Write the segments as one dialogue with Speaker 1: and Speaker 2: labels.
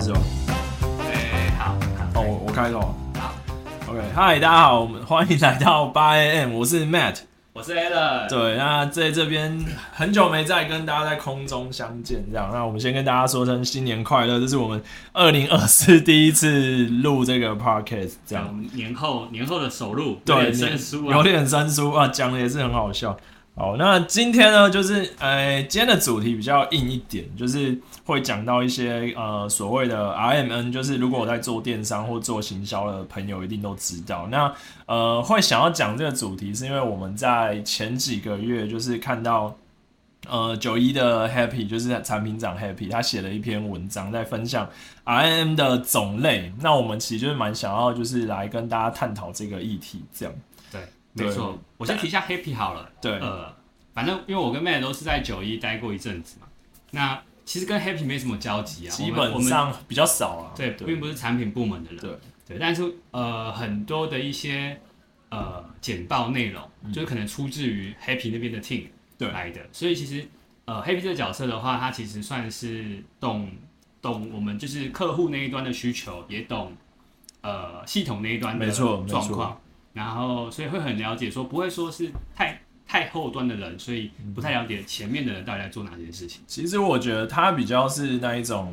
Speaker 1: 始哦。
Speaker 2: 哎，好，
Speaker 1: 哦，我我开头哦。
Speaker 2: 好
Speaker 1: OK，嗨，大家好，我们欢迎来到八 AM，我是 Matt。
Speaker 2: 我是 Alan。
Speaker 1: 对，那在这边很久没再跟大家在空中相见，这样，那我们先跟大家说声新年快乐，这是我们二零二四第一次录这个 podcast，这
Speaker 2: 讲
Speaker 1: 样，
Speaker 2: 年后年后的首录，
Speaker 1: 对，
Speaker 2: 生疏啊
Speaker 1: 有，点生疏啊，讲的也是很好笑。好，那今天呢，就是呃，今天的主题比较硬一点，就是会讲到一些呃所谓的 RMN，就是如果我在做电商或做行销的朋友一定都知道。那呃，会想要讲这个主题，是因为我们在前几个月就是看到。呃，九一的 Happy 就是产品长 Happy，他写了一篇文章在分享 RMN 的种类。那我们其实就是蛮想要就是来跟大家探讨这个议题，这样。
Speaker 2: 对，
Speaker 1: 对
Speaker 2: 没错。我先提一下 Happy 好了。
Speaker 1: 对
Speaker 2: 呃，反正因为我跟 Matt 都是在九一待过一阵子嘛，那其实跟 Happy 没什么交集啊，
Speaker 1: 基
Speaker 2: 我们我
Speaker 1: 本
Speaker 2: 们
Speaker 1: 上比较少啊。
Speaker 2: 对，并不是产品部门的人。
Speaker 1: 对
Speaker 2: 对，但是呃，很多的一些呃简报内容，就是可能出自于 Happy 那边的 team
Speaker 1: 嗯对
Speaker 2: 来的，所以其实呃 Happy 这个角色的话，他其实算是懂懂我们就是客户那一端的需求，也懂呃系统那一端的
Speaker 1: 没错没错
Speaker 2: 状况，然后所以会很了解说，不会说是太太后端的人，所以不
Speaker 1: 嗯
Speaker 2: 太了解前面的人到底在做哪些事情。
Speaker 1: 其实我觉得他比较是那一种，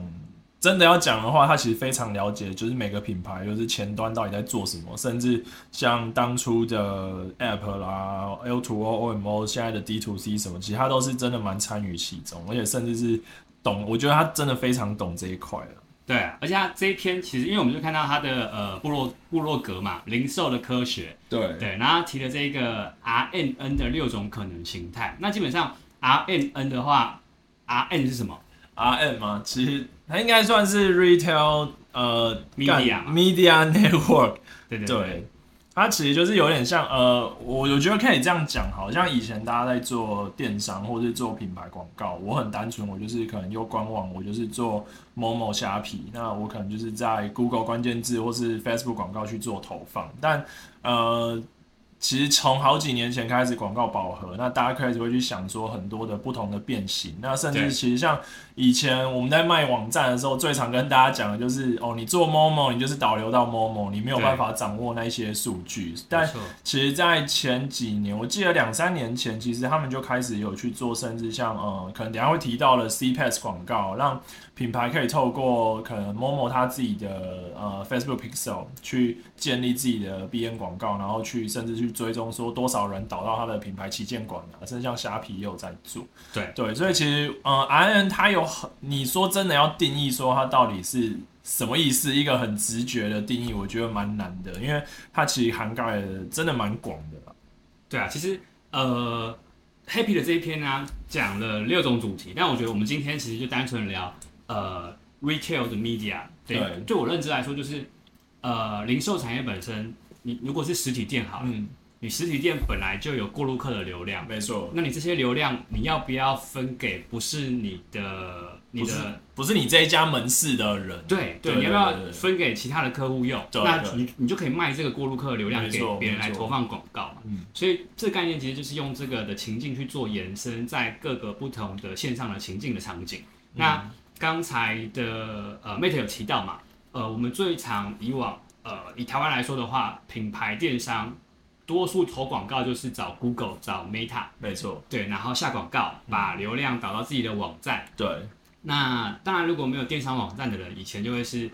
Speaker 1: 真的要讲的话，他其实非常了解，就是每个品牌，就是前端到底在做什么，甚至像当初的 App 啦、L to O、OMO，现在的 D to C 什么，其实他都是真的蛮参与其中，而且甚至是懂，我觉得他真的非常懂这一块了。
Speaker 2: 对啊，而且他这一篇其实，因为我们就看到他的呃部落部落格嘛，零售的科学，
Speaker 1: 对
Speaker 2: 对，然后他提了这个 RNN 的六种可能形态。那基本上 RNN 的话，RN 是什么？
Speaker 1: ，RM 嘛，其实它应该算是 Retail 呃
Speaker 2: Media
Speaker 1: 干 Media Network
Speaker 2: 对对
Speaker 1: 对，它其实就是有点像呃，我我觉得可以这样讲，好像以前大家在做电商或是做品牌广告，我很单纯，我就是可能有官网，我就是做某某虾皮，那我可能就是在 Google 关键字或是 Facebook 广告去做投放，但呃。其实从好几年前开始广告饱和，那大家开始会去想说很多的不同的变形，那甚至
Speaker 2: 对
Speaker 1: 其实像以前我们在卖网站的时候，最常跟大家讲的就是哦，你做 Momo 你就是导流到 Momo，你没有
Speaker 2: 对
Speaker 1: 办法掌握那一些数据。
Speaker 2: 没
Speaker 1: 但
Speaker 2: 错，
Speaker 1: 其实，在前几年，我记得两三年前，其实他们就开始有去做，甚至像呃，可能等一下会提到的 CPAS 广告，让品牌可以透过可能 Momo 他自己的呃 Facebook Pixel 去建立自己的 BN 广告，然后去甚至去追踪说多少人导到他的品牌旗舰馆啊，甚至像虾皮也有在做。
Speaker 2: 对
Speaker 1: 对，所以其实，嗯，R N 它有很，你说真的要定义说它到底是什么意思，一个很直觉的定义，我觉得蛮难的，因为它其实涵盖的真的蛮广的啦。
Speaker 2: 对啊，其实呃，Happy 的这一篇呢、讲了六种主题，但我觉得我们今天其实就单纯聊呃 retail 的 media，对，
Speaker 1: 对
Speaker 2: 对我认知来说就是呃零售产业本身，你如果是实体店好了，
Speaker 1: 嗯，
Speaker 2: 你实体店本来就有过路客的流量，
Speaker 1: 没错，
Speaker 2: 那你这些流量你要不要分给不是你的你
Speaker 1: 不是
Speaker 2: 的？
Speaker 1: 不是你这一家门市的人，
Speaker 2: 对
Speaker 1: 对
Speaker 2: 对，你要不
Speaker 1: 对对
Speaker 2: 要分给其他的客户用？
Speaker 1: 对
Speaker 2: 那
Speaker 1: 对
Speaker 2: 你你就可以卖这个过路客的流量
Speaker 1: 没
Speaker 2: 给
Speaker 1: 错
Speaker 2: 别人来
Speaker 1: 没错
Speaker 2: 投放广告嘛。
Speaker 1: 嗯，
Speaker 2: 所以这个概念其实就是用这个的情境去做延伸，在各个不同的线上的情境的场景。那
Speaker 1: 嗯
Speaker 2: 刚才的呃 Mate 有提到嘛，呃，我们最常以往呃以台湾来说的话，品牌电商多数投广告就是找 Google 找 Meta，
Speaker 1: 没错，
Speaker 2: 对，然后下广告，
Speaker 1: 嗯
Speaker 2: 把流量导到自己的网站。
Speaker 1: 对
Speaker 2: 那当然，如果没有电商网站的人，以前就会是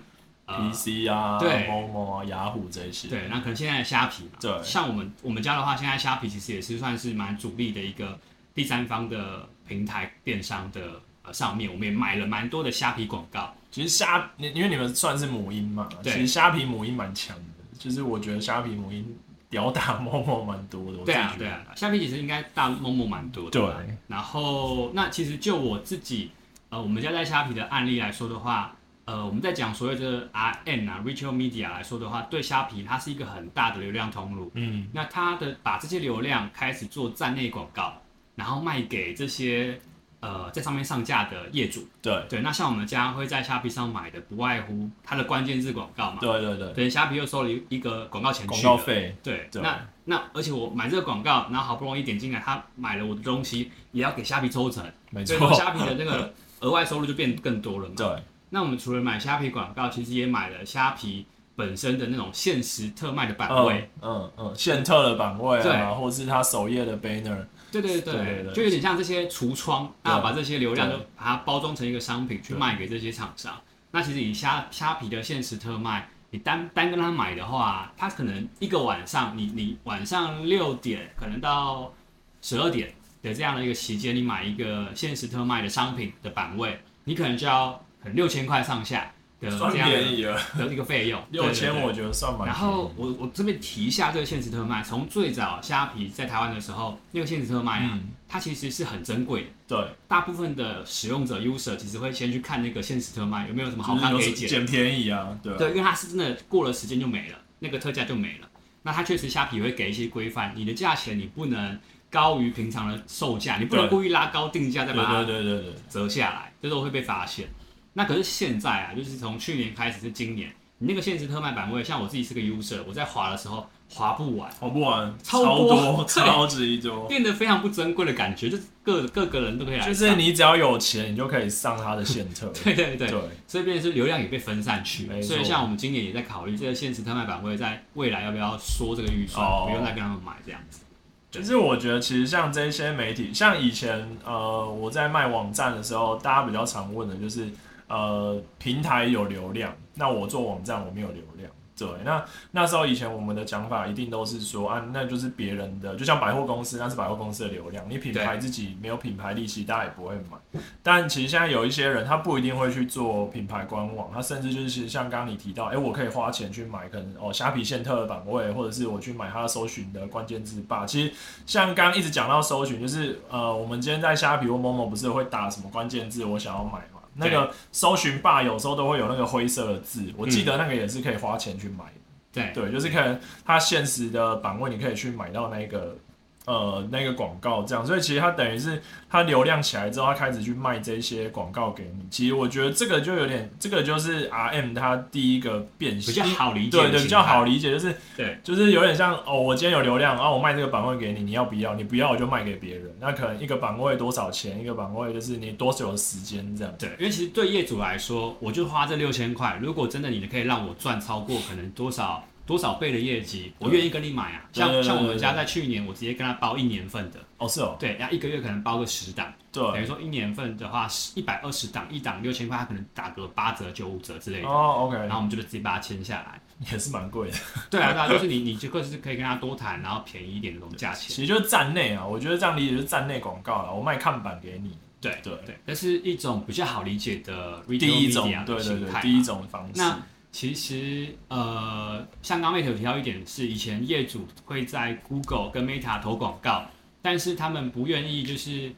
Speaker 2: 呃
Speaker 1: ，P，C 啊，
Speaker 2: 对
Speaker 1: 某某啊，雅虎这些，
Speaker 2: 对，那可能现在的虾皮嘛，
Speaker 1: 对
Speaker 2: 像我们我们家的话，现在虾皮其实也是算是蛮主力的一个第三方的平台电商的呃上面，我们也买了蛮多的虾皮广告。
Speaker 1: 其实虾，你因为你们算是母婴嘛，其
Speaker 2: 对
Speaker 1: 实虾皮母婴蛮强的，就是我觉得虾皮母婴屌打 某某蛮多的，我自
Speaker 2: 对
Speaker 1: 己
Speaker 2: 啊
Speaker 1: 觉，得
Speaker 2: 对，啊，虾皮其实应该大陌陌蛮多的。
Speaker 1: 对。
Speaker 2: 然后，那其实就我自己，呃，我们家在虾皮的案例来说的话，呃，我们在讲所谓的 RM 啊，Retail Media 来说的话，对虾皮它是一个很大的流量通路。
Speaker 1: 嗯。
Speaker 2: 那它的把这些流量开始做站内广告，然后卖给这些呃在上面上架的业主。
Speaker 1: 对
Speaker 2: 对，那像我们家会在虾皮上买的，不外乎它的关键字广告嘛。
Speaker 1: 对对对，
Speaker 2: 对，虾皮又收了一一个广告钱
Speaker 1: 广
Speaker 2: 去
Speaker 1: 告
Speaker 2: 了。
Speaker 1: 费，
Speaker 2: 对，
Speaker 1: 对
Speaker 2: 那那而且我买这个广告，然后好不容易点进来，他买了我的东西，也要给虾皮抽成，
Speaker 1: 没
Speaker 2: 所以
Speaker 1: 错嗯
Speaker 2: 说，虾皮的那个额外收入就变更多了嘛。
Speaker 1: 对
Speaker 2: 那我们除了买虾皮广告，其实也买了虾皮本身的那种限时特卖的版位。
Speaker 1: 嗯嗯嗯，现特的版位啊，
Speaker 2: 对
Speaker 1: 或是它首页的 banner，
Speaker 2: 对对
Speaker 1: 对
Speaker 2: 对，
Speaker 1: 对对
Speaker 2: 就有点像这些橱窗，
Speaker 1: 对
Speaker 2: 啊那把这些流量
Speaker 1: 对
Speaker 2: 都把它包装成一个商品去卖给这些厂商。那其实以虾虾皮的限时特卖，你单单跟他买的话，他可能一个晚上，你你晚上六点可能到十二点的这样的一个期间，你买一个限时特卖的商品的版位，你可能就要很六千块上下的
Speaker 1: 算
Speaker 2: 这样
Speaker 1: 便
Speaker 2: 的
Speaker 1: 宜了，
Speaker 2: 的一个费用，
Speaker 1: 六千
Speaker 2: 对对对
Speaker 1: 我觉得算蛮便宜。
Speaker 2: 然后我我这边提一下这个限时特卖，从最早虾皮在台湾的时候，那个限时特卖啊，
Speaker 1: 嗯
Speaker 2: 它其实是很珍贵的。
Speaker 1: 对，
Speaker 2: 大部分的使用者 user 其实会先去看那个限时特卖有没有什么好看可
Speaker 1: 就
Speaker 2: 以
Speaker 1: 是
Speaker 2: 捡，
Speaker 1: 捡便宜啊，对啊
Speaker 2: 对，因为它是真的过了时间就没了，那个特价就没了。那它确实虾皮会给一些规范，你的价钱你不能高于平常的售价，你不能
Speaker 1: 对
Speaker 2: 故意拉高定价再
Speaker 1: 对
Speaker 2: 把它
Speaker 1: 对对对对，
Speaker 2: 折下来，这都会被发现。那可是现在啊，就是从去年开始是今年，你那个限时特卖版位，像我自己是个 user，我在滑的时候滑不完，
Speaker 1: 好不玩，
Speaker 2: 超
Speaker 1: 超
Speaker 2: 多
Speaker 1: 多，
Speaker 2: 对
Speaker 1: 超级 多。
Speaker 2: 变得非常不珍贵的感觉，就是各各个人都可以来上。
Speaker 1: 就是你只要有钱，你就可以上它的现特。
Speaker 2: 对对 对，
Speaker 1: 对，
Speaker 2: 所以变成是流量也被分散去
Speaker 1: 没，错
Speaker 2: 所以像我们今年也在考虑这个限时特卖版位在未来要不要缩这个预算，
Speaker 1: 哦
Speaker 2: 不用再跟他们买这样子。
Speaker 1: 就是我觉得其实像这些媒体，像以前呃我在卖网站的时候，大家比较常问的就是呃平台有流量，那我做网站我没有流量。对，那那时候以前我们的讲法一定都是说啊，那就是别人的，就像百货公司，那是百货公司的流量，你品牌自己没有品牌力气，大家也不会买。但其实现在有一些人，他不一定会去做品牌官网，他甚至就是像刚刚你提到，哎、我可以花钱去买，可能哦虾皮现特的版位，或者是我去买它搜寻的关键字吧。其实像刚刚一直讲到搜寻，就是呃，我们今天在虾皮或某某不是会打什么关键字，我想要买嘛？那个搜寻吧有时候都会有那个灰色的字，我记得那个也是可以花钱去买的。
Speaker 2: 对
Speaker 1: 对，就是可能它现实的版位你可以去买到那个呃那个广告这样，所以其实它等于是它流量起来之后，它开始去卖这些广告给你。其实我觉得这个就有点，这个就是 R M 它第一个变
Speaker 2: 比
Speaker 1: 现
Speaker 2: 较。好理解，
Speaker 1: 对对，比较好。理解，就是
Speaker 2: 对
Speaker 1: 就是有点像哦，我今天有流量，然、后我卖这个版位给你，你要不要？你不要我就卖给别人。那可能一个版位多少钱？一个版位就是你多久的时间这样？
Speaker 2: 对，因为其实对业主来说，我就花这六千块，如果真的你可以让我赚超过可能多少多少倍的业绩，我愿意跟你买啊。
Speaker 1: 对对
Speaker 2: 像
Speaker 1: 对
Speaker 2: 像我
Speaker 1: 对
Speaker 2: 们
Speaker 1: 对
Speaker 2: 家在去年，我直接跟他包一年份的，
Speaker 1: 哦，是哦，
Speaker 2: 对，然后一个月可能包个十档，等
Speaker 1: 对，
Speaker 2: 于说一年份的话是一百二十档，一档六千块，他可能打个八折、九五折之类的，
Speaker 1: 哦
Speaker 2: 然后
Speaker 1: ，OK，
Speaker 2: 我们就自己把它签下来。
Speaker 1: 也是蛮贵的。
Speaker 2: 对啊，对啊，就是你你这个是可以跟他多谈，然后便宜一点的这种价钱。
Speaker 1: 其实就是站内啊，我觉得这样理解就是站内广告了，我卖看板给你。
Speaker 2: 对
Speaker 1: 对，
Speaker 2: 对，这是一种比较好理解的 retail
Speaker 1: 第一种
Speaker 2: media，
Speaker 1: 对对
Speaker 2: 的形态嘛
Speaker 1: 对，
Speaker 2: 啊
Speaker 1: 第一种方式。
Speaker 2: 那其实呃，像刚 Mate 有提到一点是，以前业主会在 Google 跟 Meta 投广告，但是他们不愿意就是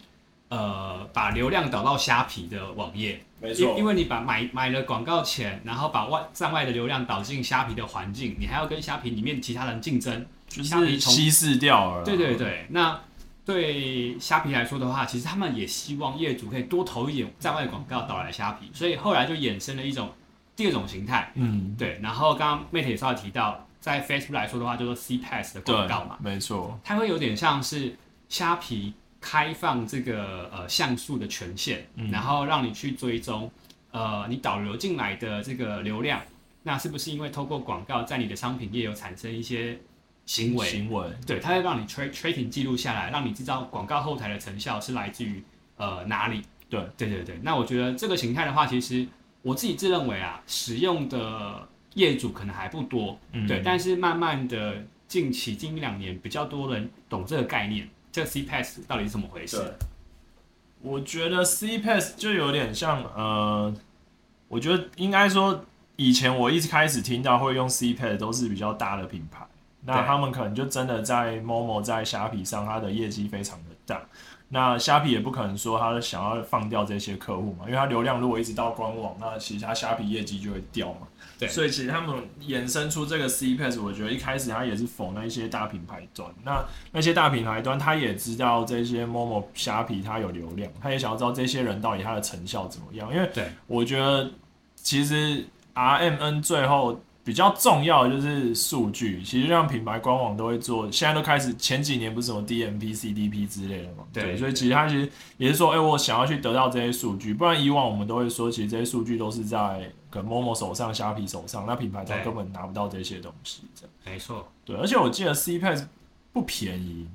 Speaker 2: 呃把流量导到虾皮的网页，
Speaker 1: 没
Speaker 2: 因因为你把买买了广告钱，然后把外站外的流量导进虾皮的环境，你还要跟虾皮里面其他人竞争，
Speaker 1: 就
Speaker 2: 虾皮
Speaker 1: 是
Speaker 2: 从
Speaker 1: 稀释掉了。
Speaker 2: 对对，对，那对虾皮来说的话，其实他们也希望业主可以多投一点站外广告导来虾皮，所以后来就衍生了一种第二种形态。
Speaker 1: 嗯，
Speaker 2: 对，然后刚刚 Mate 也稍微提到，在 Facebook 来说的话，叫做 CPAS 的
Speaker 1: 对
Speaker 2: 广告嘛，，
Speaker 1: 没错。
Speaker 2: 它会有点像是虾皮开放这个呃像素的权限，
Speaker 1: 嗯
Speaker 2: 然后让你去追踪呃你导流进来的这个流量，那是不是因为透过广告在你的商品页有产生一些行为？
Speaker 1: 行为，
Speaker 2: 对，它会让你 tra tracking 记录下来，让你知道广告后台的成效是来自于呃哪里。
Speaker 1: 对，
Speaker 2: 对对对。那我觉得这个形态的话，其实我自己自认为啊，使用的业主可能还不多，
Speaker 1: 嗯
Speaker 2: 对。但是慢慢的，近期近一两年比较多人懂这个概念，这个 CPAS 到底是怎么回事？
Speaker 1: 对，我觉得 CPAS 就有点像呃，我觉得应该说，以前我一开始听到会用 CPAS 都是比较大的品牌，那
Speaker 2: 对
Speaker 1: 他们可能就真的在 Momo 在虾皮上，它的业绩非常的大。那虾皮也不可能说它想要放掉这些客户嘛，因为它流量如果一直到官网，那其实它虾皮业绩就会掉嘛。
Speaker 2: 对
Speaker 1: 所以其实他们衍生出这个 CPAS，我觉得一开始它也是否那一些大品牌端，那那些大品牌端他也知道这些 Momo 虾皮它有流量，他也想要知道这些人到底它的成效怎么样，因为
Speaker 2: 对
Speaker 1: 我觉得其实 RMN 最后。比较重要的就是数据，其实像品牌官网都会做，现在都开始前几年不是什么 DMP、CDP 之类的嘛，
Speaker 2: 对
Speaker 1: 所以其实它其实也是说，哎、我想要去得到这些数据，不然以往我们都会说，其实这些数据都是在可能 Momo 手上、虾皮手上，那品牌方
Speaker 2: 对
Speaker 1: 根本拿不到这些东西，这样
Speaker 2: 没错，
Speaker 1: 对，而且我记得 CPAS 不便宜，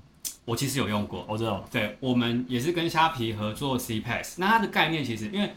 Speaker 2: 我其实有用过。
Speaker 1: 我知道，
Speaker 2: 对，我们也是跟虾皮合作 CPass。那它的概念其实因为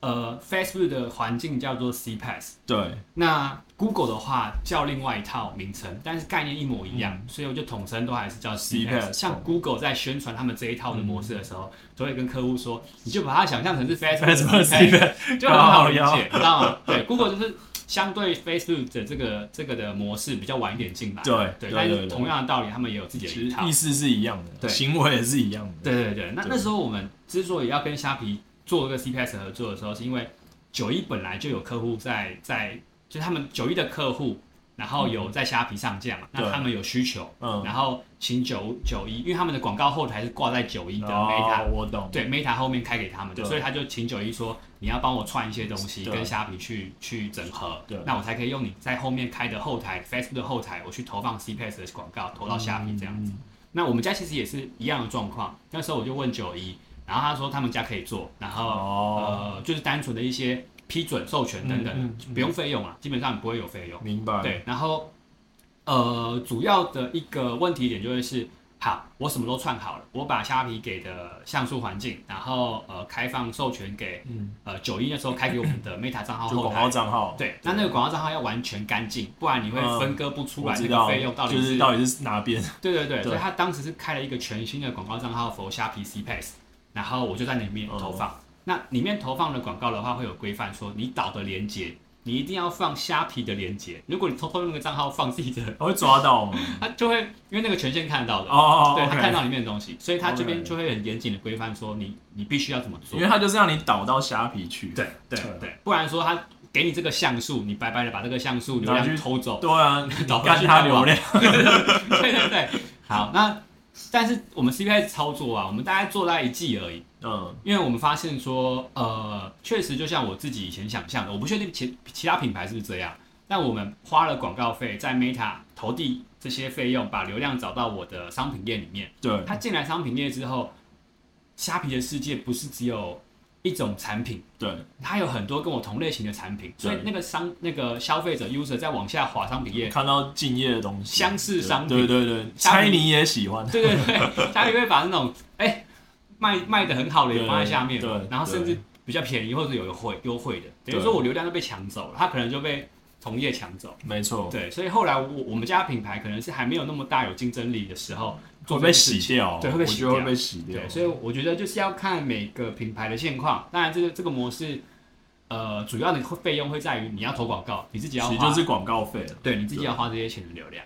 Speaker 2: 呃 Facebook 的环境叫做 CPass，
Speaker 1: 对，
Speaker 2: 那 Google 的话叫另外一套名称，但是概念一模一样，
Speaker 1: 嗯
Speaker 2: 所以我就统称都还是叫
Speaker 1: CPass
Speaker 2: CPass。像 Google 在宣传他们这一套的模式的时
Speaker 1: 嗯
Speaker 2: 候，都会跟客户说，你就把它想象 成是 Facebook
Speaker 1: 什么
Speaker 2: 的
Speaker 1: CPAS？
Speaker 2: 就很好理
Speaker 1: 哦
Speaker 2: 解，你知道吗？对，Google 就是相对 Facebook 的这个这个的模式比较晚一点进来，
Speaker 1: 对对
Speaker 2: 对，但
Speaker 1: 对对
Speaker 2: 是同样的道理，他们也有自己
Speaker 1: 其
Speaker 2: 的一
Speaker 1: 实
Speaker 2: 套
Speaker 1: 意。思是一样的，
Speaker 2: 对
Speaker 1: 行为也是一样的，
Speaker 2: 对对对，那
Speaker 1: 对
Speaker 2: 那时候我们之所以要跟虾皮做一个 CPS 合作的时候，是因为九一本来就有客户在在，就是他们九一的客户，然后有在虾皮上架嘛，
Speaker 1: 嗯对
Speaker 2: 那他们有需求，
Speaker 1: 嗯
Speaker 2: 然后请九九一，因为他们的广告后台是挂在九一的
Speaker 1: 哦
Speaker 2: Meta，、，
Speaker 1: 我懂，
Speaker 2: 对 Meta 后面开给他们的，
Speaker 1: 对
Speaker 2: 所以他就请九一说你要帮我串一些东西
Speaker 1: 对
Speaker 2: 跟虾皮去去整合
Speaker 1: 对，
Speaker 2: 那我才可以用你在后面开的后台 Facebook 的后台，我去投放 CPS 的广告投到虾皮这样子。
Speaker 1: 嗯
Speaker 2: 那我们家其实也是一样的状况。那时候我就问九一，然后他说他们家可以做，然后、
Speaker 1: 哦
Speaker 2: 呃就是单纯的一些批准、授权等等，
Speaker 1: 嗯嗯嗯
Speaker 2: 不用费用啊，基本上不会有费用。
Speaker 1: 明白，
Speaker 2: 对，然后呃主要的一个问题点就会是，好，我什么都串好了，我把虾皮给的像素环境，然后呃开放授权给
Speaker 1: 嗯，
Speaker 2: 呃九一那时候开给我 们的 Meta 账号
Speaker 1: 就
Speaker 2: 后
Speaker 1: 广告
Speaker 2: 台。
Speaker 1: 账号，嗯
Speaker 2: 对，那那个广告账号要完全干净，不然你会分割不出
Speaker 1: 我
Speaker 2: 来
Speaker 1: 知
Speaker 2: 那个
Speaker 1: 道
Speaker 2: 费用到底
Speaker 1: 就是到底是哪边，
Speaker 2: 对对对，
Speaker 1: 对
Speaker 2: 所以他当时是开了一个全新的广告账号 for 虾皮 C Pass，然后我就在里面
Speaker 1: 哦
Speaker 2: 投放。那里面投放的广告的话，会有规范说你导的连接，你一定要放虾皮的连接。如果你偷偷用那个账号放自 己的，
Speaker 1: 我会抓到吗？
Speaker 2: 他就会因为那个权限看得到
Speaker 1: 哦
Speaker 2: 的，
Speaker 1: 哦，
Speaker 2: 对他看
Speaker 1: OK
Speaker 2: 到里面的东西，所以他这
Speaker 1: OK
Speaker 2: 边就会很严谨的规范说你你必须要怎么做
Speaker 1: 因。为他就是让你导到虾皮去，
Speaker 2: 对对
Speaker 1: 对
Speaker 2: 对，不然说他给你这个像素，你白白的把这个像素流
Speaker 1: 拿去
Speaker 2: 量偷 走，
Speaker 1: 对啊，
Speaker 2: 导
Speaker 1: 干
Speaker 2: 去
Speaker 1: 他
Speaker 2: 他
Speaker 1: 流
Speaker 2: 流
Speaker 1: 量，
Speaker 2: 对对对，好，那但是我们 CPI 操作啊，我们大概做在一季而已，
Speaker 1: 嗯，
Speaker 2: 因为我们发现说，呃，确实就像我自己以前想象的，我不确定其其他品牌是不是这样，但我们花了广告费在 Meta 投递这些费用，把流量找到我的商品链里面，
Speaker 1: 对，
Speaker 2: 它进来商品链之后，虾皮的世界不是只有一种产品。
Speaker 1: 对，
Speaker 2: 它有很多跟我同类型的产品，所以那个商那个消费者 user 在往下滑商品页，
Speaker 1: 看到敬业的东西，
Speaker 2: 相似商品
Speaker 1: 对对对，
Speaker 2: 虾
Speaker 1: 猜
Speaker 2: 皮
Speaker 1: 你也喜欢，
Speaker 2: 对对对，他也会把那种哎、卖卖的很好的也放在下面，
Speaker 1: 对对
Speaker 2: 然后甚至比较便宜或者有优惠优惠的，等于
Speaker 1: 对
Speaker 2: 说我流量都被抢走了，他可能就被同业抢走。
Speaker 1: 没错，
Speaker 2: 对，所以后来我我们家品牌可能是还没有那么大有竞争力的时候做
Speaker 1: 会
Speaker 2: 这
Speaker 1: 被
Speaker 2: 件事
Speaker 1: 洗
Speaker 2: 情。
Speaker 1: 掉，
Speaker 2: 对会
Speaker 1: 我
Speaker 2: 被洗
Speaker 1: 觉
Speaker 2: 掉
Speaker 1: 得会被洗掉
Speaker 2: 对，，所以我觉得就是要看每个品牌的现况。当然，这个这个模式，呃，主要的费用会在于你要投广告，你自己要
Speaker 1: 其实
Speaker 2: 花，
Speaker 1: 就是广告费了。
Speaker 2: 对你自己要花这些钱的流量。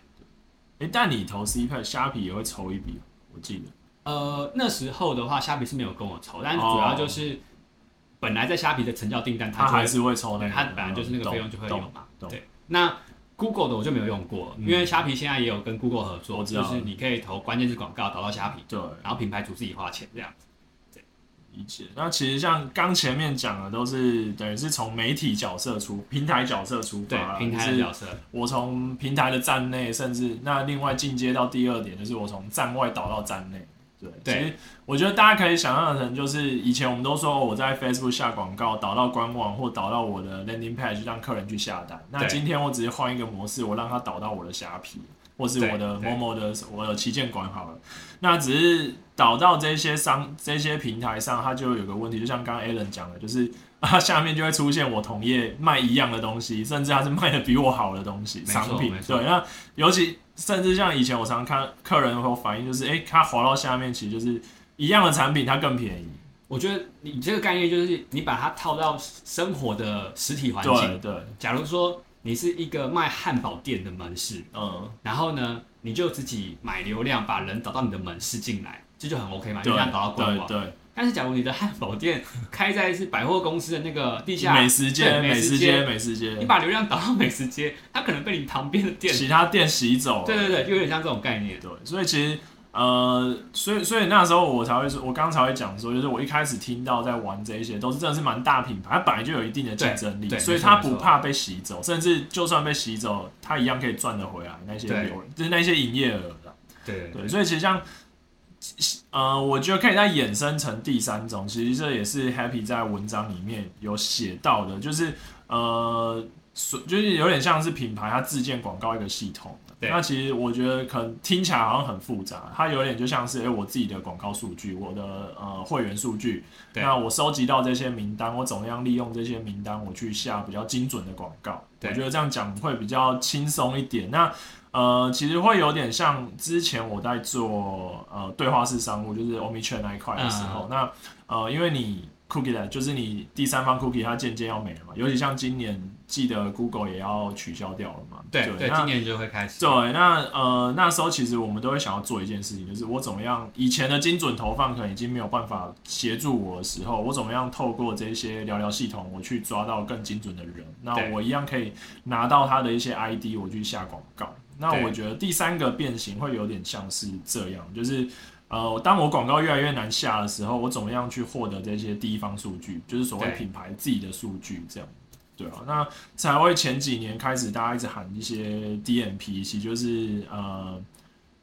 Speaker 1: 哎，但你投 C 派虾皮也会抽一笔，我记得，
Speaker 2: 呃，那时候的话，虾皮是没有跟我抽，但是
Speaker 1: 哦
Speaker 2: 主要就是、本来在虾皮的成交订单，它
Speaker 1: 他
Speaker 2: 就会
Speaker 1: 还是会抽那
Speaker 2: 对
Speaker 1: 个，
Speaker 2: 它本来就是那个费用就会有
Speaker 1: 懂
Speaker 2: 嘛。
Speaker 1: 懂
Speaker 2: 对，那 Google 的我就没有用过，因为虾皮现在也有跟 Google 合
Speaker 1: 嗯我
Speaker 2: 作，
Speaker 1: 知
Speaker 2: 就
Speaker 1: 道
Speaker 2: 是你可以投关键字广告导到虾皮，
Speaker 1: 对。
Speaker 2: 然后品牌主自己花钱这样。
Speaker 1: 理解。那其实像刚前面讲的，都是等于是从媒体角色出、平台角色出发
Speaker 2: 对
Speaker 1: 啦，，
Speaker 2: 平台
Speaker 1: 就
Speaker 2: 的
Speaker 1: 是
Speaker 2: 角色，
Speaker 1: 我从平台的站内，甚至那另外进阶到第二点，就是我从站外导到站内。对，
Speaker 2: 对
Speaker 1: 其实我觉得大家可以想象成，就是以前我们都说哦我在 Facebook 下广告，导到官网或导到我的 landing page，让客人去下单。那
Speaker 2: 对
Speaker 1: 今天我只是换一个模式，我让他导到我的虾皮，或是我的
Speaker 2: 对对
Speaker 1: 某某的我的旗舰馆好了。那只是导到这些商这些平台上，它就有个问题，就像刚刚 Alan 讲的，就是 它啊下面就会出现我同业卖一样的东西，甚至它是卖的比我好的东西
Speaker 2: 没错
Speaker 1: 商品
Speaker 2: 没。错
Speaker 1: 对，那尤其甚至像以前我常看客人会有反应，就是哎、诶它滑到下面其实就是一样的产品，它更便宜。
Speaker 2: 我觉得你这个概念就是你把它套到生活的实体环
Speaker 1: 对
Speaker 2: 境。
Speaker 1: 对，
Speaker 2: 假如说你是一个卖汉堡店的门市，
Speaker 1: 嗯，
Speaker 2: 然后呢，你就自己买流量，把人导到你的门市进来，这就很 OK 嘛，
Speaker 1: 对
Speaker 2: 流量导到官
Speaker 1: 对
Speaker 2: 网。
Speaker 1: 对，
Speaker 2: 但是假如你的汉堡店开在是百货公司的那个地下
Speaker 1: 美食街
Speaker 2: 对
Speaker 1: 美
Speaker 2: 美
Speaker 1: 食街
Speaker 2: 街，
Speaker 1: 美食
Speaker 2: 你
Speaker 1: 街，
Speaker 2: 把流量导到美食街，它可能被你旁边的店，
Speaker 1: 其他店洗走了。
Speaker 2: 对对对，就有点像这种概念。
Speaker 1: 对，所以其实呃，所以所以那时候我才会说，我刚才会讲说，就是我一开始听到在玩这一些，都是真的是蛮大品牌，它本来就有一定的竞争力
Speaker 2: 对，对
Speaker 1: 所以
Speaker 2: 没错
Speaker 1: 它
Speaker 2: 没错
Speaker 1: 不怕被洗走，甚至就算被洗走，它一样可以赚得回来那些
Speaker 2: 对
Speaker 1: 流，就是那些营业额啦
Speaker 2: 对
Speaker 1: 对，所以其实像，呃，我觉得可以再衍生成第三种，其实这也是 Happy 在文章里面有写到的，就是呃，所就是有点像是品牌它自建广告一个系统。
Speaker 2: 对
Speaker 1: 那其实我觉得可能听起来好像很复杂，它有点就像是哎、诶我自己的广告数据，我的呃会员数据，
Speaker 2: 对
Speaker 1: 那我收集到这些名单，我怎么样利用这些名单，我去下比较精准的广告。我
Speaker 2: 对
Speaker 1: 觉得这样讲会比较轻松一点。那呃，其实会有点像之前我在做呃对话式商务，就是 Omi Chain 那一块的时
Speaker 2: 嗯
Speaker 1: 候，那呃，因为你 Cookie 的，就是你第三方 Cookie 它渐渐要没了嘛，尤其像今年记得 Google 也要取消掉了嘛，
Speaker 2: 对对，
Speaker 1: 那
Speaker 2: 今年就会开始。
Speaker 1: 对，那呃那时候其实我们都会想要做一件事情，就是我怎么样以前的精准投放可能已经没有办法协助我的时候，我怎么样透过这些聊聊系统，我去抓到更精准的人，那
Speaker 2: 对
Speaker 1: 我一样可以拿到他的一些 ID，我去下广告。那
Speaker 2: 对
Speaker 1: 我觉得第三个变形会有点像是这样，就是呃，当我广告越来越难下的时候，我怎么样去获得这些地方数据，就是所谓
Speaker 2: 对
Speaker 1: 品牌自己的数据这样。对啊，那才会前几年开始，大家一直喊一些 DMP，其实就是呃，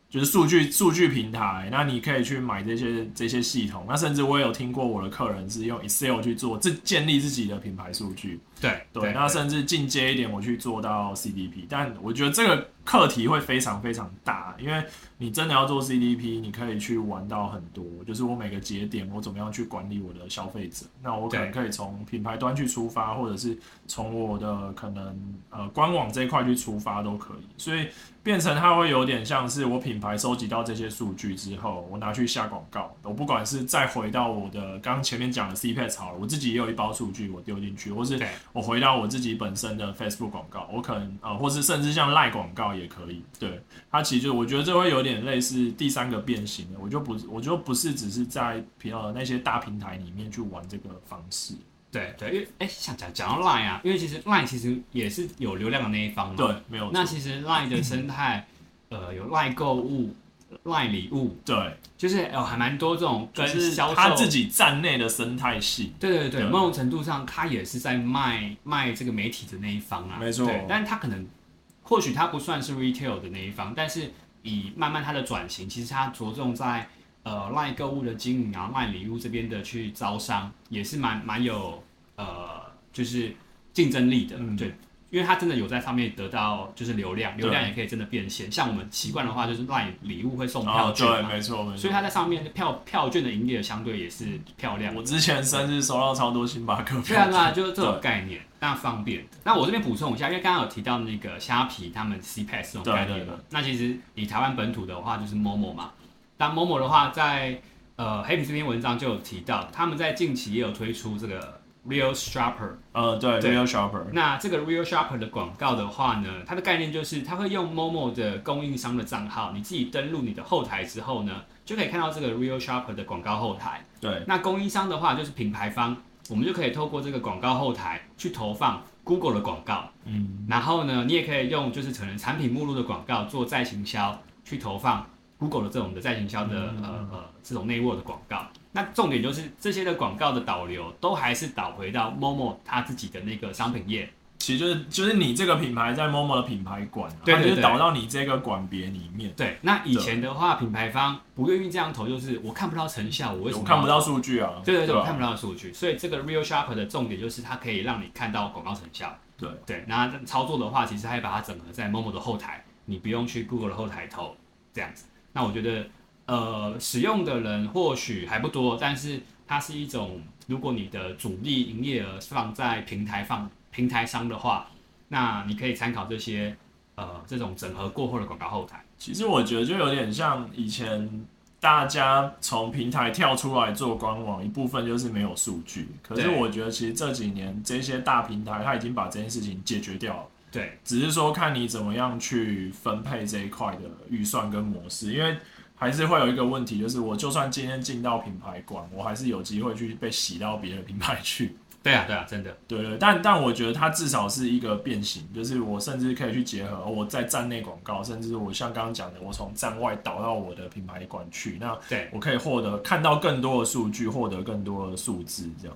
Speaker 1: 就是数据数据平台。那你可以去买这些这些系统。那甚至我也有听过我的客人是用 Excel 去做自建立自己的品牌数据。
Speaker 2: 对
Speaker 1: 对，那甚至进阶一点，我去做到 CDP，但我觉得这个课题会非常非常大，因为你真的要做 CDP，你可以去玩到很多，就是我每个节点我怎么样去管理我的消费者，那我可能可以从品牌端去出发，或者是从我的可能呃官网这一块去出发都可以，所以变成它会有点像是我品牌收集到这些数据之后，我拿去下广告，我不管是再回到我的刚前面讲的 CPS 好了，我自己也有一包数据我丢进去，或是
Speaker 2: 对
Speaker 1: 我回到我自己本身的 Facebook 广告，我可能呃，或是甚至像赖广告也可以。对，它其实就我觉得这会有点类似第三个变形的，我就不我就不是只是在平呃那些大平台里面去玩这个方式。
Speaker 2: 对对，因为哎，想讲讲到 Line 啊，因为其实 Line 其实也是有流量的那一方嘛。
Speaker 1: 对，没有
Speaker 2: 嗯那
Speaker 1: 错
Speaker 2: 其实 Line 的生态，呃，有 Line 购物、Line 礼物，
Speaker 1: 对，
Speaker 2: 就是有还蛮多这种
Speaker 1: 就
Speaker 2: 跟
Speaker 1: 是
Speaker 2: 销售。
Speaker 1: 他自己站内的生态系。
Speaker 2: 对对对，
Speaker 1: 对
Speaker 2: 某种程度上，他也是在卖卖这个媒体的那一方啊，
Speaker 1: 没错
Speaker 2: 对但他可能或许他不算是 retail 的那一方，但是以慢慢他的转型，其实他着重在呃 line 购物的经营啊，line 礼物这边的去招商，也是蛮蛮有呃就是竞争力的，
Speaker 1: 嗯
Speaker 2: 对。因为他真的有在上面得到就是流量，
Speaker 1: 对
Speaker 2: 流量也可以真的变现。像我们习惯的话，就是 line 礼物会送票
Speaker 1: 哦，
Speaker 2: 券
Speaker 1: 对，
Speaker 2: 嘛，
Speaker 1: 没错没错。
Speaker 2: 所以他在上面的票票券的营业额相对也是漂亮的。
Speaker 1: 我之前生日收到超多星巴克
Speaker 2: 对
Speaker 1: 票
Speaker 2: 啊，对
Speaker 1: 券，
Speaker 2: 啊，就是这种概念，那方便。那我这边补充一下，因为刚刚有提到那个虾皮他们 CPS 这种概
Speaker 1: 对
Speaker 2: 念
Speaker 1: 对
Speaker 2: 嘛
Speaker 1: 对，
Speaker 2: 那其实以台湾本土的话就是 Momo 嘛。那 Momo 的话在，呃黑皮这篇文章就有提到，他们在近期也有推出这个 Real Shopper。
Speaker 1: 呃，对
Speaker 2: 对
Speaker 1: ，Real Shopper，
Speaker 2: 那这个 Real Shopper 的广告的话呢，它的概念就是它会用 Momo 的供应商的账号，你自己登录你的后台之后呢，就可以看到这个 Real Shopper 的广告后台。
Speaker 1: 对，
Speaker 2: 那供应商的话就是品牌方，我们就可以透过这个广告后台去投放 Google 的广告，
Speaker 1: 嗯，
Speaker 2: 然后呢，你也可以用就是可能产品目录的广告做再行销，去投放 Google 的这种的再行销的
Speaker 1: 嗯
Speaker 2: 呃呃这种内卧的广告。那重点就是这些的广告的导流都还是导回到 Momo 它自己的那个商品页，
Speaker 1: 其实就是就是你这个品牌在 Momo 的品牌馆啊，
Speaker 2: 对
Speaker 1: 它
Speaker 2: 对
Speaker 1: 就是
Speaker 2: 对
Speaker 1: 导到你这个馆别里面，
Speaker 2: 对，那以前的话，品牌方不愿意这样投，就是我看不到成效，我为什
Speaker 1: 我
Speaker 2: 么
Speaker 1: 看不
Speaker 2: 要
Speaker 1: 到数据啊，
Speaker 2: 对对对，我
Speaker 1: 吧
Speaker 2: 看不到数据，所以这个 Real Shopper 的重点就是它可以让你看到广告成效。
Speaker 1: 对
Speaker 2: 对，那操作的话，其实它也把它整合在 Momo 的后台，你不用去 Google 的后台投这样子。那我觉得，呃，使用的人或许还不多，但是它是一种，如果你的主力营业额是放在平台放平台商的话，那你可以参考这些呃这种整合过后的广告后台。
Speaker 1: 其实我觉得就有点像以前大家从平台跳出来做官网，一部分就是没有数据。可是
Speaker 2: 对
Speaker 1: 我觉得其实这几年这些大平台它已经把这件事情解决掉了。
Speaker 2: 对
Speaker 1: 只是说看你怎么样去分配这一块的预算跟模式，因为还是会有一个问题，就是我就算今天进到品牌馆，我还是有机会去被洗到别的品牌去。
Speaker 2: 对啊，对啊，真的，
Speaker 1: 对对，但但我觉得它至少是一个变形，就是我甚至可以去结合哦我在站内广告，甚至我像刚刚讲的，我从站外导到我的品牌馆去，那
Speaker 2: 对，
Speaker 1: 我可以获得看到更多的数据，获得更多的数字，这样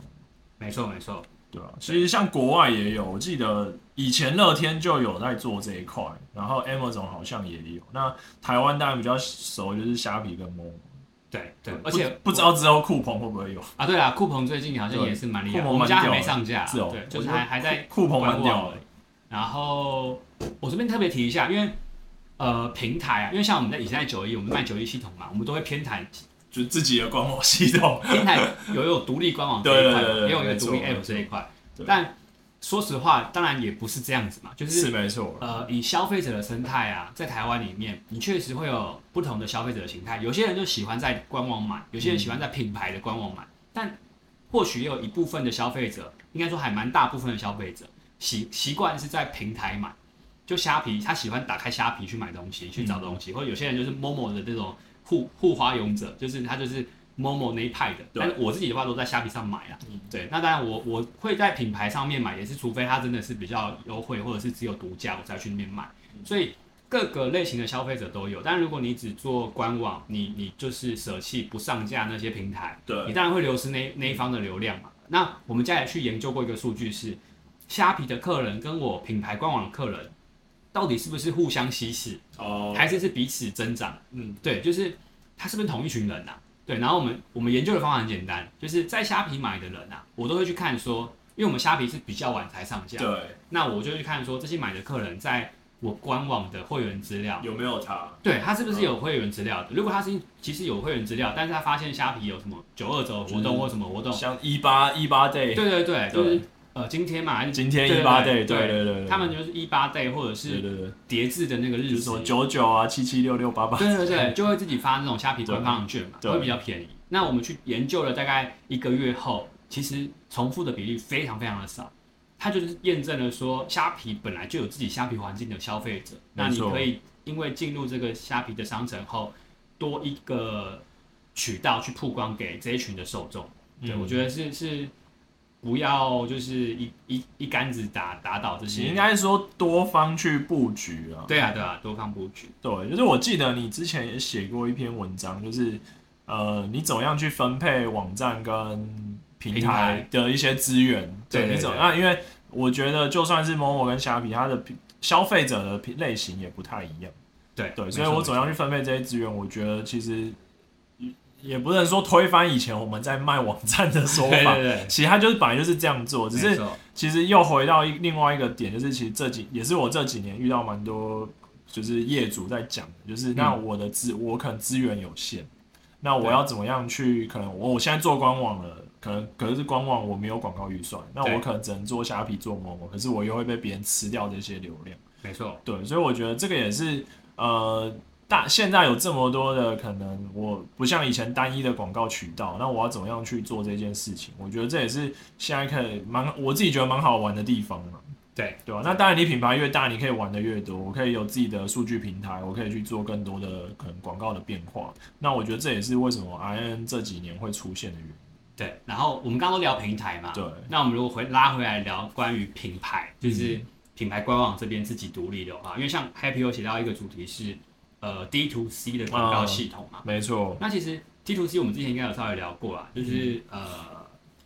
Speaker 2: 没错没错，
Speaker 1: 对吧、其实像国外也有，我记得以前乐天就有在做这一块，然后 Amazon 好像也有。那台湾当然比较熟就是虾皮跟 Momo，
Speaker 2: 对对
Speaker 1: 不，
Speaker 2: 而且
Speaker 1: 不知道之后酷鹏会不会有，
Speaker 2: 啊，对啊，酷鹏最近好像
Speaker 1: 对
Speaker 2: 也是蛮厉害，
Speaker 1: 酷鹏
Speaker 2: 我们
Speaker 1: 蛮
Speaker 2: 家还
Speaker 1: 屌
Speaker 2: 没
Speaker 1: 的
Speaker 2: 上架，
Speaker 1: 是哦
Speaker 2: 对，
Speaker 1: 我
Speaker 2: 就是
Speaker 1: 觉得
Speaker 2: 还还在
Speaker 1: 酷鹏蛮
Speaker 2: 观
Speaker 1: 屌
Speaker 2: 望
Speaker 1: 的
Speaker 2: 而已。然后我这边特别提一下，因为呃平台啊，因为像我们在以前在九一，我们卖九一系统嘛，我们都会偏袒
Speaker 1: 就是自己的官网系统。
Speaker 2: 平台有有独立官网这一块
Speaker 1: 对对对，对
Speaker 2: 也有一个独立
Speaker 1: 没错
Speaker 2: App 这一块
Speaker 1: 对。
Speaker 2: 但说实话，当然也不是这样子嘛， 就是
Speaker 1: 是没错，
Speaker 2: 呃，以消费者的生态啊，在台湾里面，你确实会有不同的消费者的形态。有些人就喜欢在官网买，有些人喜欢在品牌的官网买，但或许也有一部分的消费者，应该说还蛮大部分的消费者习习惯是在平台买，就虾皮，他喜欢打开虾皮去买东
Speaker 1: 嗯
Speaker 2: 西，去找东西，或者有些人就是 Momo 的这种护护花勇者，就是他就是 Momo 那一派的。
Speaker 1: 对
Speaker 2: 但是我自己的话都在虾皮上买啦。
Speaker 1: 嗯
Speaker 2: 对，那当然我我会在品牌上面买，也是除非它真的是比较优惠，或者是只有独家，我才去那边买。
Speaker 1: 嗯
Speaker 2: 所以各个类型的消费者都有。但如果你只做官网，你你就是舍弃不上架那些平台，
Speaker 1: 对
Speaker 2: 你当然会流失那那一方的流量嘛。那我们家也去研究过一个数据是，虾皮的客人跟我品牌官网的客人，到底是不是互相稀释，
Speaker 1: 哦，
Speaker 2: 还是是彼此增长？
Speaker 1: 嗯，
Speaker 2: 对，就是他是不是同一群人呐、啊对，然后我们我们研究的方法很简单，就是在虾皮买的人啊，我都会去看说，因为我们虾皮是比较晚才上架，
Speaker 1: 对，
Speaker 2: 那我就会去看说这些买的客人在我官网的会员资料，
Speaker 1: 有没有它？
Speaker 2: 对他是
Speaker 1: 嗯
Speaker 2: 不是有会员资料的？如果他是其实有会员资料，但是他发现虾皮有什么九二折活动或什么活动，
Speaker 1: 像一八一八 day，
Speaker 2: 对对对，就是呃今天嘛，还是
Speaker 1: 今天
Speaker 2: 对
Speaker 1: 一八 day，对
Speaker 2: 对
Speaker 1: 对对，
Speaker 2: 他们就是一八 day 或者
Speaker 1: 对
Speaker 2: 是
Speaker 1: 对对，
Speaker 2: 叠字的那个
Speaker 1: 就
Speaker 2: 日
Speaker 1: 是
Speaker 2: 子
Speaker 1: 说，九九啊，七七六六八八，
Speaker 2: 对对对，就会自己发那种虾皮官方的券嘛，
Speaker 1: 嗯对
Speaker 2: 会比较便宜。那我们去研究了大概一个月后，其实重复的比例非常非常的少。它就是验证了说，虾皮本来就有自己虾皮环境的消费者，那
Speaker 1: 没
Speaker 2: 你
Speaker 1: 错
Speaker 2: 可以因为进入这个虾皮的商城后，多一个渠道去曝光给这一群的受众。对，
Speaker 1: 嗯
Speaker 2: 我觉得是是不要就是一一一竿子打打倒这些
Speaker 1: 应。该说多方去布局啊。
Speaker 2: 对啊对啊，多方布局。
Speaker 1: 对，就是我记得你之前也写过一篇文章，就是呃，你怎么样去分配网站跟平
Speaker 2: 平
Speaker 1: 台
Speaker 2: 台
Speaker 1: 的一些资源？
Speaker 2: 对对
Speaker 1: 你怎么
Speaker 2: 对
Speaker 1: 样？因为我觉得就算是某某跟虾皮，它的品消费者的品类型也不太一样。
Speaker 2: 对
Speaker 1: 对，
Speaker 2: 没
Speaker 1: 所以
Speaker 2: 错
Speaker 1: 我
Speaker 2: 没
Speaker 1: 怎
Speaker 2: 错
Speaker 1: 么样去分配这些资源？我觉得其实也也不能说推翻以前我们在卖网站的说
Speaker 2: 对
Speaker 1: 法
Speaker 2: 对，对，
Speaker 1: 其实它就是本来就是这样做，只
Speaker 2: 没
Speaker 1: 是
Speaker 2: 错
Speaker 1: 其实又回到一另外一个点，就是其实这几也是我这几年遇到蛮多就是业主在讲的，就是那我的资、我可能资源有限，那我
Speaker 2: 对
Speaker 1: 要怎么样去？可能我我现在做官网了，可能可是官网我没有广告预算，那
Speaker 2: 对
Speaker 1: 我可能只能做虾皮做某某，可是我又会被别人吃掉这些流量。
Speaker 2: 没错。
Speaker 1: 对，所以我觉得这个也是呃。大现在有这么多的可能，我不像以前单一的广告渠道，那我要怎么样去做这件事情？我觉得这也是现在可以蛮我自己觉得蛮好玩的地方嘛，
Speaker 2: 对，
Speaker 1: 对吧、那当然，你品牌越大，你可以玩的越多，我可以有自己的数据平台，我可以去做更多的可能广告的变化。那我觉得这也是为什么 I N 这几年会出现的原因。
Speaker 2: 对，然后我们刚刚都聊平台嘛，
Speaker 1: 对，
Speaker 2: 那我们如果回拉回来聊关于品牌，就是品牌官网这边自己独立的话，因为像 Happy 有写到一个主题是呃 D to C 的广告系统嘛，
Speaker 1: 没错
Speaker 2: 那其实 D to C 我们之前应该有稍微聊过啊，就是、呃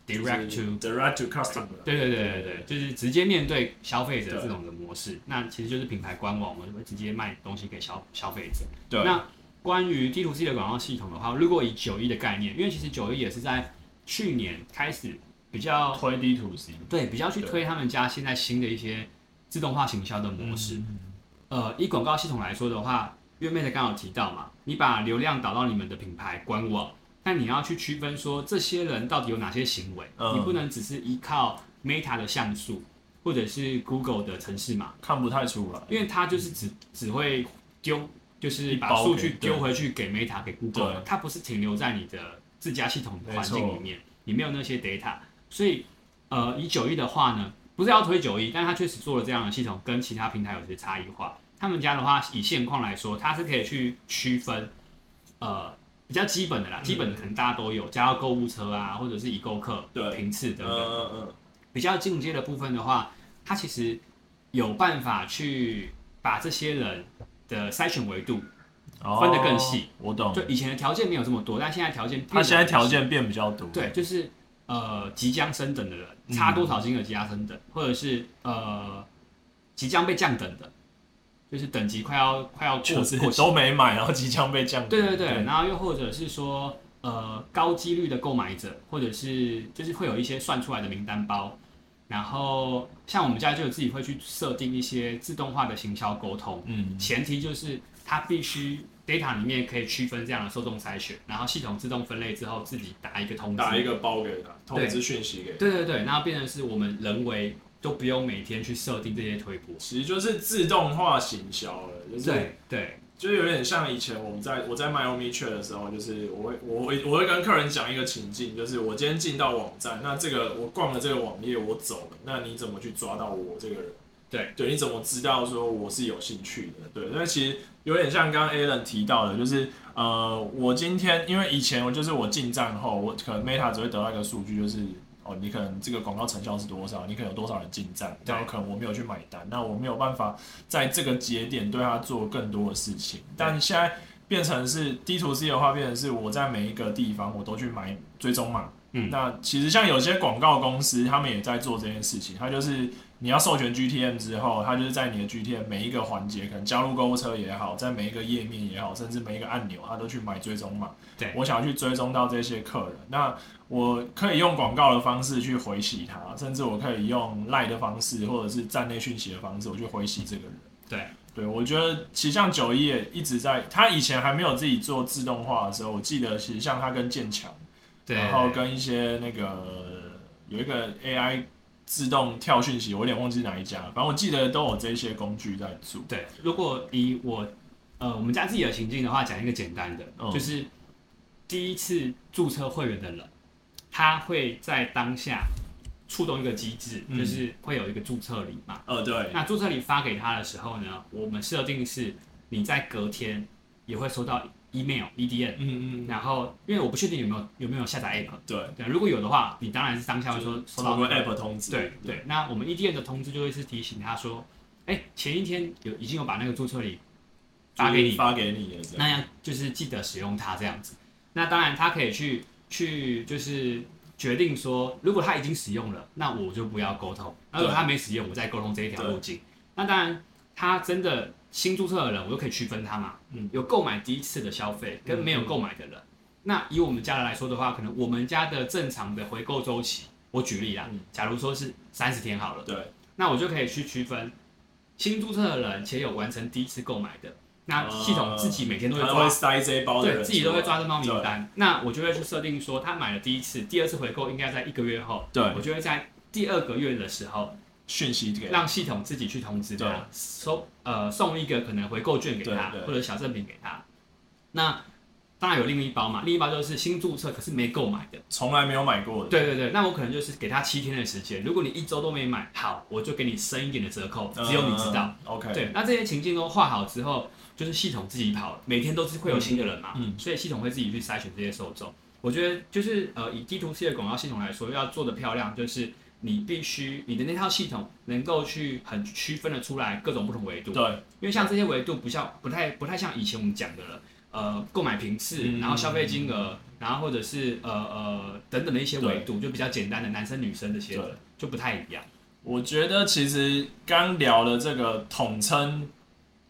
Speaker 2: Direct to
Speaker 1: direct to customer，
Speaker 2: 对对对对对，就是直接面对消费者
Speaker 1: 对
Speaker 2: 这种的模式，那其实就是品牌官网，我们会直接卖东西给消消费者。
Speaker 1: 对
Speaker 2: 那关于 D to C 的广告系统的话，如果以九一的概念，因为其实九一也是在去年开始比较
Speaker 1: 推 D to C
Speaker 2: 对比较去
Speaker 1: 对
Speaker 2: 推他们家现在新的一些自动化行销的模式。
Speaker 1: 嗯
Speaker 2: 呃，以广告系统来说的话，因为 Mate 刚好提到嘛，你把流量导到你们的品牌官网，但你要去区分说这些人到底有哪些行为，
Speaker 1: 嗯
Speaker 2: 你不能只是依靠 Meta 的像素或者是 Google 的城市码，
Speaker 1: 看不太出来，
Speaker 2: 因为它就是只只会丢，就是把
Speaker 1: 包
Speaker 2: 数
Speaker 1: 给
Speaker 2: 据
Speaker 1: 对
Speaker 2: 丢回去给 Meta 给 Google，
Speaker 1: 对
Speaker 2: 它不是停留在你的自家系统的环
Speaker 1: 没
Speaker 2: 境
Speaker 1: 错
Speaker 2: 里面，你没有那些 data，所以呃，以九一的话呢，不是要推九一，但它确实做了这样的系统，跟其他平台有些差异化。他们家的话，以现况来说，它是可以去区分，呃，比较基本的啦，基本的可能大家都有，加到购物车啊，或者是已购客
Speaker 1: 对
Speaker 2: 频次等等。
Speaker 1: 嗯嗯
Speaker 2: 比较进阶的部分的话，它其实有办法去把这些人的筛选维度，分得更细
Speaker 1: 哦，我懂
Speaker 2: 就。以前的条件没有这么多，但现在条件变得
Speaker 1: 他现在
Speaker 2: 很
Speaker 1: 条
Speaker 2: 细
Speaker 1: 件变比较多，
Speaker 2: 对，就是呃即将升等的人，
Speaker 1: 嗯
Speaker 2: 差多少金额即将升等，或者是呃即将被降等的，就是等级快要快要过
Speaker 1: 就是
Speaker 2: 过期
Speaker 1: 都没买，然后即将被降。
Speaker 2: 对对对，，然后又或者是说，呃，高几率的购买者，或者是就是会有一些算出来的名单包，然后像我们家就有自己会去设定一些自动化的行销沟通，
Speaker 1: 嗯，
Speaker 2: 前提就是它必须 data 里面可以区分这样的受众筛选，然后系统自动分类之后自己打一个通知，
Speaker 1: 打一个包给他，通
Speaker 2: 对
Speaker 1: 知讯息给他，
Speaker 2: 对对对，然后变成是我们人为都不用每天去设定这些推波，
Speaker 1: 其实就是自动化行销了，就是
Speaker 2: 对对
Speaker 1: 就是有点像以前我们在我在 Miami 去的时候，就是我会我会我会跟客人讲一个情境，就是我今天进到网站，那这个我逛了这个网页，我走了，那你怎么去抓到我这个人？
Speaker 2: 对
Speaker 1: 对，你怎么知道说我是有兴趣的？对，那其实有点像刚刚 Alan 提到的，就是呃，我今天因为以前我就是我进站后，我可能 Meta 只会得到一个数据，就是哦，你可能这个广告成效是多少，你可能有多少人进站，
Speaker 2: 对
Speaker 1: 然后可能我没有去买单，那我没有办法在这个节点对他做更多的事情。但现在变成是 D to C 的话，变成是我在每一个地方我都去买追踪码。
Speaker 2: 嗯
Speaker 1: 那其实像有些广告公司，他们也在做这件事情，它就是你要授权 GTM 之后，它就是在你的 GTM 每一个环节，可能加入购物车也好，在每一个页面也好，甚至每一个按钮，它都去买追踪码。
Speaker 2: 对
Speaker 1: 我想要去追踪到这些客人，那我可以用广告的方式去回洗他，甚至我可以用赖的方式，或者是站内讯息的方式，我去回洗这个人。
Speaker 2: 对
Speaker 1: 对，我觉得其实像九一也一直在，他以前还没有自己做自动化的时候，我记得其实像他跟建强，
Speaker 2: 对，
Speaker 1: 然后跟一些那个有一个 AI 自动跳讯息，我有点忘记哪一家了，反正我记得都有这些工具在做。
Speaker 2: 对，如果以我呃我们家自己的情境的话，讲一个简单的，
Speaker 1: 嗯
Speaker 2: 就是第一次注册会员的人，他会在当下触动一个机制，
Speaker 1: 嗯
Speaker 2: 就是会有一个注册礼嘛。
Speaker 1: 呃，对，
Speaker 2: 那注册礼发给他的时候呢，我们设定是你在隔天也会收到 email EDM，
Speaker 1: 嗯嗯，
Speaker 2: 然后因为我不确定有没有有没有下载 app，
Speaker 1: 对，
Speaker 2: 对，如果有的话，你当然是当下会说收
Speaker 1: 透
Speaker 2: 到
Speaker 1: 过
Speaker 2: 那个
Speaker 1: App 通知。
Speaker 2: 对对，那我们 EDN 的通知就会是提醒他说，哎、前一天有已经有把那个注册礼发给
Speaker 1: 就是
Speaker 2: 你，
Speaker 1: 发给你的这样。
Speaker 2: 那样就是记得使用它这样子。那当然，他可以去去就是决定说，如果他已经使用了，那我就不要沟通；那如果他没使用，我再沟通这一条路径。那当然，他真的新注册的人，我就可以区分他嘛，
Speaker 1: 嗯
Speaker 2: 有购买第一次的消费跟没有购买的人。那以我们家人来说的话，可能我们家的正常的回购周期，我举例啦，
Speaker 1: 嗯
Speaker 2: 假如说是三十天好了，
Speaker 1: 对，
Speaker 2: 那我就可以去区分新注册的人且有完成第一次购买的，那系统自己每天都会
Speaker 1: 他
Speaker 2: 抓
Speaker 1: 会塞这一包的
Speaker 2: 对
Speaker 1: 人，
Speaker 2: 自己都会抓这猫名单。那我就会去设定说，他买了第一次、第二次回购应该在一个月后，
Speaker 1: 对
Speaker 2: 我就会在第二个月的时候
Speaker 1: 讯息给
Speaker 2: 让系统自己去通知
Speaker 1: 对
Speaker 2: 他，收呃送一个可能回购券给他
Speaker 1: 对对
Speaker 2: 或者小赠品给他。那当然有另一包嘛，另一包就是新注册可是没购买的。
Speaker 1: 从来没有买过的。
Speaker 2: 对对对，那我可能就是给他七天的时间，如果你一周都没买，好，我就给你深一点的折扣，只有你知道。
Speaker 1: 嗯。OK，
Speaker 2: 对，那这些情境都画好之后，就是系统自己跑了，每天都是会有新的人嘛，
Speaker 1: 嗯
Speaker 2: 所以系统会自己去筛选这些受众。我觉得就是呃，以 D to C 的广告系统来说，要做的漂亮，就是你必须你的那套系统能够去很区分的出来各种不同维度，
Speaker 1: 对，
Speaker 2: 因为像这些维度不像不太不太像以前我们讲的了，呃，购买频次，
Speaker 1: 嗯
Speaker 2: 然后消费金额，然后或者是呃呃等等的一些维度，就比较简单的男生女生这些
Speaker 1: 对
Speaker 2: 的就不太一样。
Speaker 1: 我觉得其实刚聊的这个统称，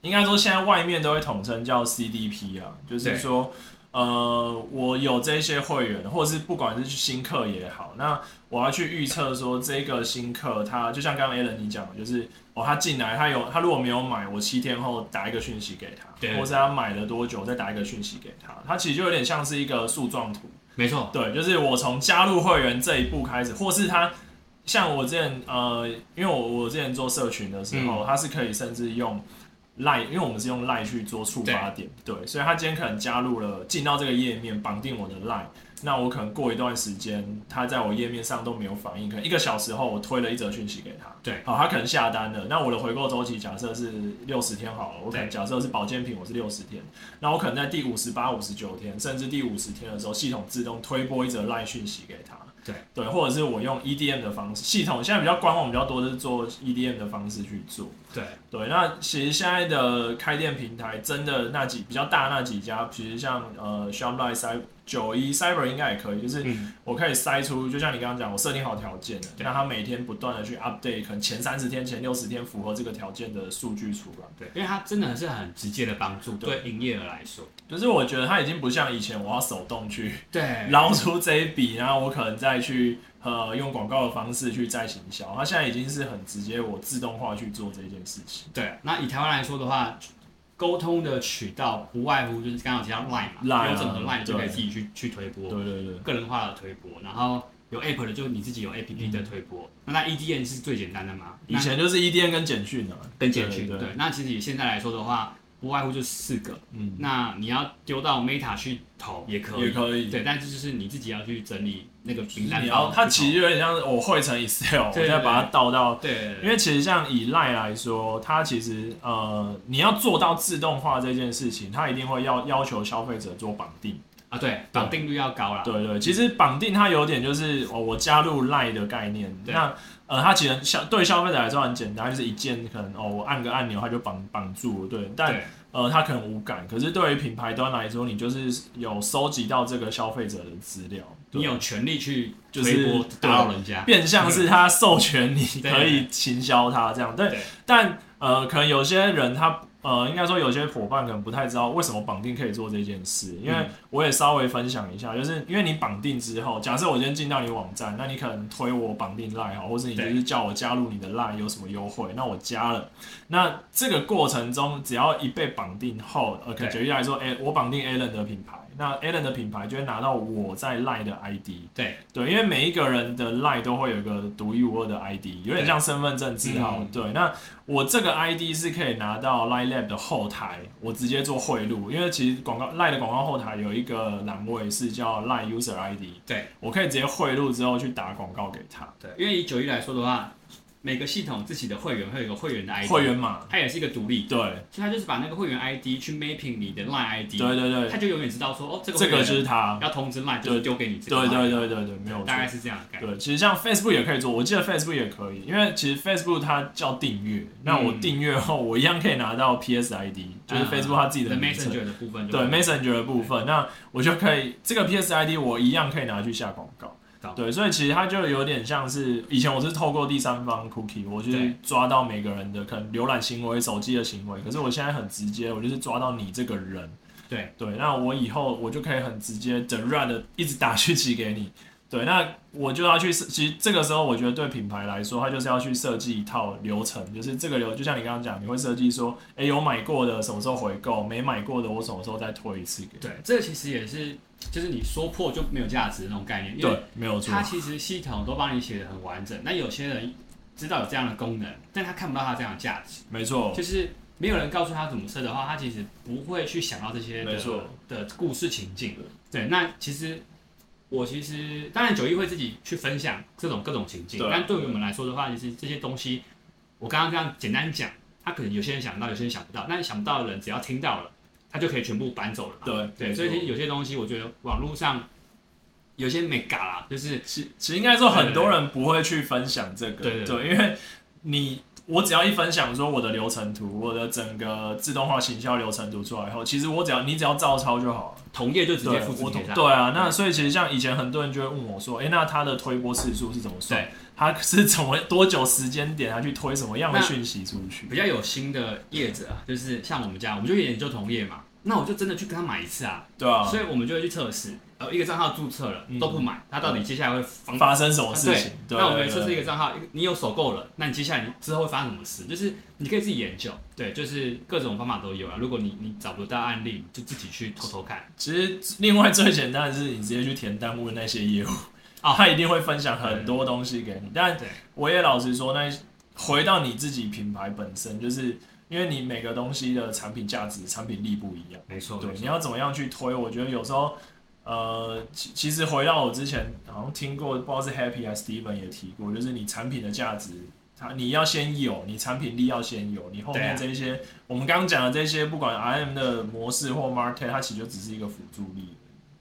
Speaker 1: 应该说现在外面都会统称叫 CDP 啊，就是
Speaker 2: 对
Speaker 1: 说，呃，我有这些会员，或者是不管是新客也好，那我要去预测说这个新客他，就像刚刚 Alan 你讲的，就是哦，他进来他有他如果没有买，我七天后打一个讯息给
Speaker 2: 对
Speaker 1: 他，或是他买了多久再打一个讯息给他，他其实就有点像是一个树状图。
Speaker 2: 没错，
Speaker 1: 对，就是我从加入会员这一步开始，或是他像我之前呃，因为我我之前做社群的时
Speaker 2: 嗯
Speaker 1: 候，他是可以甚至用赖，因为我们是用赖去做触发点，对，所以他今天可能加入了进到这个页面，绑定我的赖，那我可能过一段时间，他在我页面上都没有反应，可能一个小时后我推了一则讯息给他，
Speaker 2: 对，
Speaker 1: 好，他可能下单了，那我的回购周期假设是六十天好了，我可能
Speaker 2: 对
Speaker 1: 假设是保健品，我是六十天，那我可能在第五十八、五十九天，甚至第五十天的时候，系统自动推播一则赖讯息给他。
Speaker 2: 对
Speaker 1: 对，或者是我用 EDM 的方式，系统现在比较官网比较多的是做 EDM 的方式去做。
Speaker 2: 对，
Speaker 1: 对，那其实现在的开店平台真的那几比较大那几家，其实像呃 Shopify、Cy 九一 Cyber 应该也可以，就是
Speaker 2: 嗯，
Speaker 1: 我可以筛出，就像你刚刚讲，我设定好条件了，
Speaker 2: 对
Speaker 1: 那它每天不断的去 update，可能前三十天、前六十天符合这个条件的数据出来。
Speaker 2: 对，因为它真的是很直接的帮助
Speaker 1: 对
Speaker 2: 对营业额来说，
Speaker 1: 就是我觉得它已经不像以前我要手动去
Speaker 2: 对，
Speaker 1: 捞出这一笔，然后我可能再去呃用广告的方式去再行销，它现在已经是很直接，我自动化去做这件事情。
Speaker 2: 对，那以台湾来说的话，沟通的渠道不外乎就是刚刚有提到 Line 嘛
Speaker 1: Line 啊
Speaker 2: 有整合 Line 就可
Speaker 1: 对
Speaker 2: 以自己去去推播，
Speaker 1: 对对对，
Speaker 2: 个人化的推播，然后有 App 的就你自己有 APP 的推播，那那 EDN 是最简单的嘛？
Speaker 1: 以
Speaker 2: 那
Speaker 1: 前就是 EDN 跟简讯啊，
Speaker 2: 跟简讯
Speaker 1: 对对
Speaker 2: 对，那其实以现在来说的话，不外乎就四个，
Speaker 1: 嗯，
Speaker 2: 那你要丢到 Meta 去投也可
Speaker 1: 也
Speaker 2: 以，
Speaker 1: 可以。
Speaker 2: 对，但是就是你自己要去整理那个名单
Speaker 1: 你
Speaker 2: 去投，
Speaker 1: 要它其实有点像是我汇成 Excel，我
Speaker 2: 对对
Speaker 1: 再把它倒到
Speaker 2: 对对对
Speaker 1: 因为其实像以赖来说，它其实呃，你要做到自动化这件事情，它一定会要要求消费者做绑定。
Speaker 2: 啊对，绑定率要高啦，
Speaker 1: 对对，其实绑定它有点就是哦，我加入赖的概念。
Speaker 2: 对
Speaker 1: 那呃，它其实消对消费者来说很简单，就是一键可能哦，我按个按钮它就绑绑住了。对，但
Speaker 2: 对
Speaker 1: 呃，它可能无感，可是对于品牌端来说，你就是有收集到这个消费者的资料。对
Speaker 2: 你有权利去
Speaker 1: 就是
Speaker 2: 推播
Speaker 1: 啊
Speaker 2: 打扰人家，
Speaker 1: 变相是他授权你
Speaker 2: 对
Speaker 1: 可以行销他这样，但
Speaker 2: 对
Speaker 1: 但呃，可能有些人他呃，应该说有些伙伴可能不太知道为什么绑定可以做这件事，因为
Speaker 2: 嗯
Speaker 1: 我也稍微分享一下，就是因为你绑定之后，假设我今天进到你网站，那你可能推我绑定 line 好，或是你就
Speaker 2: 对
Speaker 1: 是叫我加入你的 line 有什么优惠，那我加了，那这个过程中只要一被绑定后，呃，可能举
Speaker 2: 对
Speaker 1: 例来说，哎、我绑定 Alan 的品牌，那 Alan 的品牌就会拿到我在 line 的 ID，
Speaker 2: 对
Speaker 1: 对，因为每一个人的 line 都会有一个独一无二的 ID，有点像身份证字号。
Speaker 2: 嗯
Speaker 1: 对，那我这个 ID 是可以拿到 Line Lab 的后台，我直接做汇入，因为其实广告 Line 的广告后台有一个栏位是叫 Line User ID，
Speaker 2: 对。
Speaker 1: 我可以直接汇入之后去打广告给他，
Speaker 2: 对，因为以九一来说的话，每个系统自己的会员会有一个会员的 ID，
Speaker 1: 会员码。
Speaker 2: 它也是一个独立，
Speaker 1: 对，
Speaker 2: 所以它就是把那个会员 ID 去 mapping 你的 line ID，
Speaker 1: 对对对，
Speaker 2: 它就永远知道说哦，这个
Speaker 1: 这
Speaker 2: 会
Speaker 1: 个
Speaker 2: 员
Speaker 1: 就是他。
Speaker 2: 要通知 line 就是丢给你这个
Speaker 1: 对
Speaker 2: line，
Speaker 1: 对对对对，没有错
Speaker 2: 大。概是这样的概念。
Speaker 1: 对，其实像 Facebook 也可以做，我记得 Facebook 也可以，因为其实 Facebook 它叫订阅，那我
Speaker 2: 嗯
Speaker 1: 订阅后，我一样可以拿到 PSID，就是
Speaker 2: 嗯
Speaker 1: Facebook 它自己的
Speaker 2: 那
Speaker 1: 名称。
Speaker 2: Messenger 的部分就
Speaker 1: 对 Messenger 的部分，那我就可以这个 PSID 我一样可以拿去下广告
Speaker 2: 懂。
Speaker 1: 对，所以其实它就有点像是以前我是透过第三方 cookie，我就是
Speaker 2: 对
Speaker 1: 抓到每个人的可能浏览行为、手机的行为，可是我现在很直接，我就是抓到你这个人。
Speaker 2: 对
Speaker 1: 对，那我以后我就可以很直接的 run 的一直打去寄给你。对，那我就要去，其实这个时候我觉得对品牌来说，它就是要去设计一套流程，就是这个流，就像你刚刚讲，你会设计说，诶，有买过的什么时候回购，没买过的我什么时候再推一次给你。
Speaker 2: 对，这个其实也是就是你说破就没有价值的那种概念，因为
Speaker 1: 对，没有错
Speaker 2: 它。其实系统都帮你写的很完整，那有些人知道有这样的功能，但他看不到它这样的价值。
Speaker 1: 没错，
Speaker 2: 就是没有人告诉他怎么设的话，他其实不会去想到这些
Speaker 1: 没
Speaker 2: 的
Speaker 1: 错
Speaker 2: 的故事情境。对，那其实我其实当然九一会自己去分享这种各种情境
Speaker 1: 对，啊
Speaker 2: 但对于我们来说的话，其实这些东西我刚刚这样简单讲，他可能有些人想到，有些人想不到，但想不到的人只要听到了，他就可以全部搬走了嘛。
Speaker 1: 对
Speaker 2: 对，
Speaker 1: 没
Speaker 2: 所以
Speaker 1: 错
Speaker 2: 其实有些东西，我觉得网络上有些没嘎啦，就是
Speaker 1: 其其实应该说很多人不会去分享这个，
Speaker 2: 对对对
Speaker 1: 因为你我只要一分享说我的流程图，我的整个自动化行销流程图出来以后，其实我只要你只要照抄就好了。
Speaker 2: 同业就直接
Speaker 1: 对，
Speaker 2: 复制
Speaker 1: 我
Speaker 2: 给
Speaker 1: 懂
Speaker 2: 他。
Speaker 1: 对啊，那所以其实像以前很多人就会问我说，诶，那他的推播次数是怎么算
Speaker 2: 对？
Speaker 1: 他是怎么多久时间点他去推什么样的
Speaker 2: 那
Speaker 1: 讯息出 去？
Speaker 2: 比较有心的业者啊，就是像我们家，我们就研究同业嘛，那我就真的去跟他买一次啊，
Speaker 1: 对啊，
Speaker 2: 所以我们就会去测试，呃，一个账号注册了
Speaker 1: 嗯
Speaker 2: 都不买，他到底接下来会发
Speaker 1: 发生什么事情？对，
Speaker 2: 啊那我们
Speaker 1: 对
Speaker 2: 测试一
Speaker 1: 对
Speaker 2: 个账号，你有首购了，那你接下来你之后会发生什么事？就是你可以自己研究，对，就是各种方法都有啊。如果你你找不到案例，就自己去偷偷看。
Speaker 1: 其实另外最简单的是，你直接去填单问那些业务，
Speaker 2: 啊
Speaker 1: 他一定会分享很多东西给你。但
Speaker 2: 对
Speaker 1: 我也老实说，那回到你自己品牌本身，就是因为你每个东西的产品价值、产品力不一样。
Speaker 2: 没错
Speaker 1: 对，
Speaker 2: 没
Speaker 1: 你
Speaker 2: 错，
Speaker 1: 要怎么样去推？我觉得有时候，呃，其其实回到我之前好像听过，不知道是 Happy 还是 Steven 也提过，就是你产品的价值，它你要先有，你产品力要先有，你后面这
Speaker 2: 对啊
Speaker 1: 一些、我们刚刚讲的这些，不管 RM 的模式或 Market，它其实就只是一个辅助力。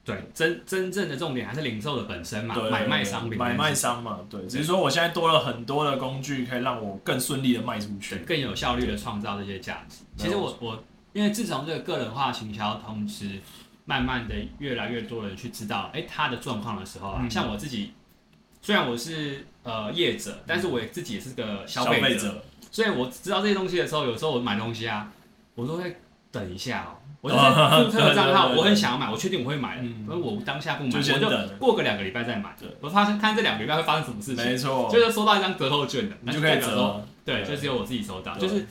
Speaker 2: 对，真真正的重点还是零售的本身嘛，
Speaker 1: 对，
Speaker 2: 买卖商品，
Speaker 1: 买卖商嘛，对，只是说我现在多了很多的工具，可以让我更顺利的卖出
Speaker 2: 对
Speaker 1: 去。
Speaker 2: 更有效率的创造这些价值。其实我我因为自从这个个人化行销通知，慢慢的越来越多人去知道，哎、他的状况的时候啊，
Speaker 1: 嗯
Speaker 2: 像我自己，虽然我是呃业者，但是我也自己也是个消
Speaker 1: 费
Speaker 2: 费者，所以我知道这些东西的时候，有时候我买东西啊，我都会等一下哦。我就是注册了账号，
Speaker 1: 对对对对
Speaker 2: 我很想要买，我确定我会买的，
Speaker 1: 嗯
Speaker 2: 可是我当下不买，
Speaker 1: 就
Speaker 2: 我
Speaker 1: 先
Speaker 2: 就
Speaker 1: 等
Speaker 2: 过个两个礼拜再买
Speaker 1: 对。
Speaker 2: 我发现看这两个礼拜会发生什么事情，
Speaker 1: 没错，
Speaker 2: 就是收到一张折扣券的，
Speaker 1: 你就可以
Speaker 2: 那代表
Speaker 1: 折
Speaker 2: 说
Speaker 1: 了，
Speaker 2: 对，
Speaker 1: 对
Speaker 2: 就只有我自己收到，
Speaker 1: 对
Speaker 2: 就是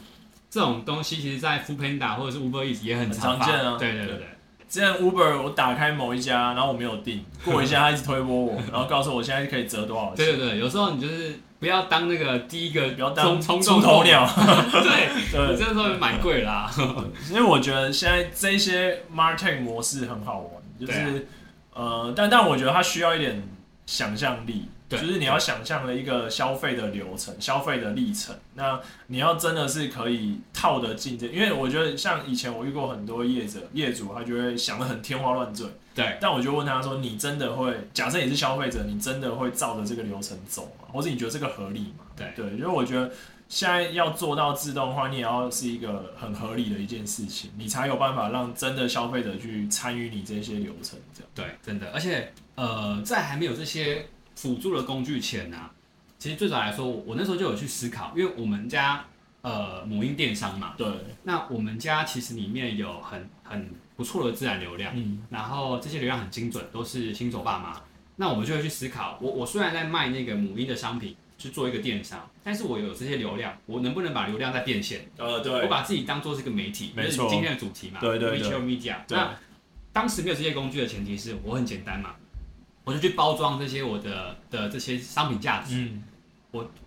Speaker 2: 这种东西，其实，在 f o o Panda 或者是 Uber Eats 也很
Speaker 1: 很常见啊
Speaker 2: 对对
Speaker 1: 对
Speaker 2: 对对，
Speaker 1: 之前 Uber 我打开某一家，然后我没有订，过一下他一直推波 我，然后告诉我现在可以折多少
Speaker 2: 对
Speaker 1: 钱，
Speaker 2: 对对，有时候你就是不要当那个第一个
Speaker 1: 不要当
Speaker 2: 冲冲
Speaker 1: 出
Speaker 2: 动
Speaker 1: 头，鸟。
Speaker 2: 对，你
Speaker 1: 对，
Speaker 2: 这时候买贵啦，
Speaker 1: 因为我觉得现在这些 Martech 模式很好玩，就是、
Speaker 2: 对啊
Speaker 1: 呃，但但我觉得它需要一点想象力，就
Speaker 2: 对
Speaker 1: 是你要想象了一个消费的流程、消费的历程，那你要真的是可以套得进这，因为我觉得像以前我遇过很多业者业主，他就会想得很天花乱坠。
Speaker 2: 对
Speaker 1: 但我就问他说：“你真的会？假设你是消费者，你真的会照着这个流程走吗？或者你觉得这个合理吗？”
Speaker 2: 对
Speaker 1: 对，因为我觉得现在要做到自动化，你也要是一个很合理的一件事情，你才有办法让真的消费者去参与你这些流程。这样，
Speaker 2: 对，真的，而且呃，在还没有这些辅助的工具前呢，其实最早来说，我我那时候就有去思考，因为我们家呃母婴电商嘛，
Speaker 1: 对，
Speaker 2: 那我们家其实里面有很很不错的自然流量。
Speaker 1: 嗯，
Speaker 2: 然后这些流量很精准，都是新手爸妈。那我们就会去思考，我我虽然在卖那个母婴的商品，去做一个电商，但是我有这些流量，我能不能把流量再变现？
Speaker 1: 呃，
Speaker 2: 我
Speaker 1: 对，
Speaker 2: 把自己当做是个媒体，
Speaker 1: 没
Speaker 2: 就是
Speaker 1: 错
Speaker 2: 今天的主题嘛，
Speaker 1: 对对对
Speaker 2: v i media。
Speaker 1: 对
Speaker 2: 那当时没有这些工具的前提是我很简单嘛，我就去包装这些我的的这些商品价值。
Speaker 1: 嗯，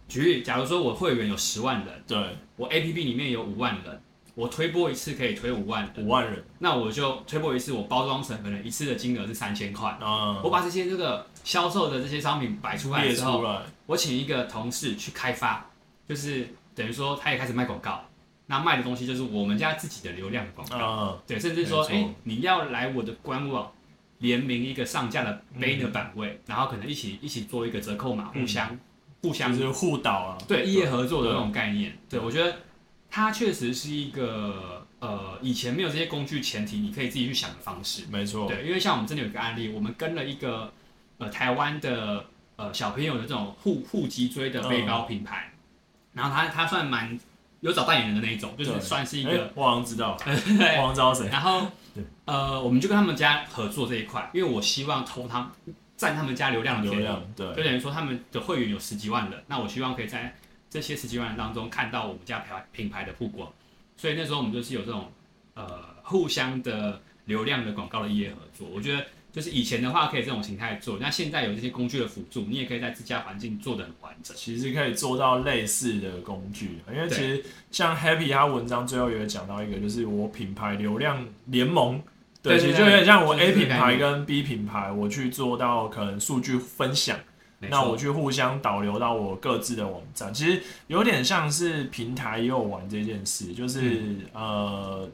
Speaker 2: 举例，假如说我会员有十万人，
Speaker 1: 对，
Speaker 2: 我 APP 里面有五万人，我推播一次可以推五万人，
Speaker 1: 五万人，
Speaker 2: 那我就推播一次，我包装成可能一次的金额是三千块。
Speaker 1: 啊、
Speaker 2: 我把这些这个销售的这些商品摆出来
Speaker 1: 列
Speaker 2: 之
Speaker 1: 出
Speaker 2: 后，
Speaker 1: 来，
Speaker 2: 我请一个同事去开发，就是等于说他也开始卖广告，那卖的东西就是我们家自己的流量广
Speaker 1: 啊、
Speaker 2: 告，对，甚至说，
Speaker 1: 没
Speaker 2: 哎、
Speaker 1: 错
Speaker 2: 你要来我的官网联名一个上架的
Speaker 1: 嗯嗯
Speaker 2: banner 版位，然后可能一起一起做一个折扣码，互相、互相
Speaker 1: 就是互导啊，
Speaker 2: 对异业合作的那种概
Speaker 1: 嗯
Speaker 2: 念，对我觉得它确实是一个呃以前没有这些工具前提，你可以自己去想的方式。
Speaker 1: 没错，
Speaker 2: 对，因为像我们真的有一个案例，我们跟了一个呃台湾的呃小朋友的这种护护脊椎的
Speaker 1: 嗯
Speaker 2: 背包品牌，然后他他算蛮有找代言人的那一种，就
Speaker 1: 对
Speaker 2: 是算是一
Speaker 1: 哎
Speaker 2: 个、
Speaker 1: 我好像知道，我
Speaker 2: 对。
Speaker 1: 好像知道谁，
Speaker 2: 然后
Speaker 1: 对
Speaker 2: 呃，我们就跟他们家合作这一块，因为我希望偷他们占他们家流量的
Speaker 1: 流
Speaker 2: 便宜，
Speaker 1: 量，对，
Speaker 2: 就等于说他们的会员有十几万人，那我希望可以在这些十几万人当中看到我们家品牌品牌的曝光，所以那时候我们就是有这种呃互相的流量的广告的业合作。我觉得就是以前的话可以这种形态做，那现在有这些工具的辅助，你也可以在自家环境做的很完整。
Speaker 1: 其实可以做到类似的工具，因为
Speaker 2: 对
Speaker 1: 其实像 Happy 他文章最后也有讲到一个，就是我品牌流量联盟，对，
Speaker 2: 对
Speaker 1: 其
Speaker 2: 对
Speaker 1: 实就有点像我 A
Speaker 2: 对对对
Speaker 1: 品牌跟 B 品牌，我去做到可能数据分享，
Speaker 2: 没
Speaker 1: 那
Speaker 2: 错
Speaker 1: 我去互相导流到我各自的网站，其实有点像是平台也有玩这件事，就是、
Speaker 2: 嗯
Speaker 1: 呃。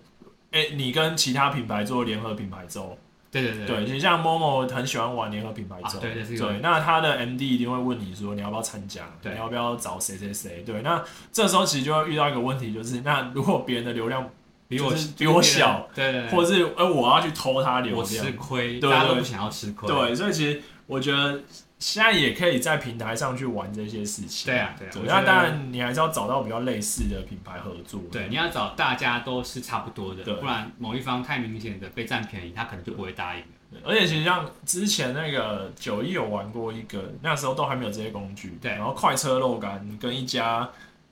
Speaker 1: 哎、你跟其他品牌做联合品牌周，
Speaker 2: 对对对
Speaker 1: 对，其实像 Momo 很喜欢玩联合品牌周、
Speaker 2: 啊对对这个
Speaker 1: 对，那他的 MD 一定会问你说你要不要参加，
Speaker 2: 对
Speaker 1: 你要不要找谁谁谁？对，那这时候其实就会遇到一个问题，就是那如果别人的流量，
Speaker 2: 比我
Speaker 1: 就是比我小，
Speaker 2: 对对对，
Speaker 1: 或是呃我要去偷他流
Speaker 2: 我
Speaker 1: 量
Speaker 2: 吃，亏，
Speaker 1: 对
Speaker 2: 大家都
Speaker 1: 对
Speaker 2: 不想要吃亏。
Speaker 1: 对，所以其实我觉得现在也可以在平台上去玩这些事情。
Speaker 2: 对啊对啊
Speaker 1: 对，
Speaker 2: 我觉
Speaker 1: 那
Speaker 2: 得
Speaker 1: 当然你还是要找到比较类似的品牌合作。
Speaker 2: 对，你要找大家都是差不多的
Speaker 1: 对，
Speaker 2: 不然某一方太明显的被占便宜，他可能就不会答应了。
Speaker 1: 而且其实像之前那个九一有玩过一个，那时候都还没有这些工具，
Speaker 2: 对
Speaker 1: 然后快车肉干跟一家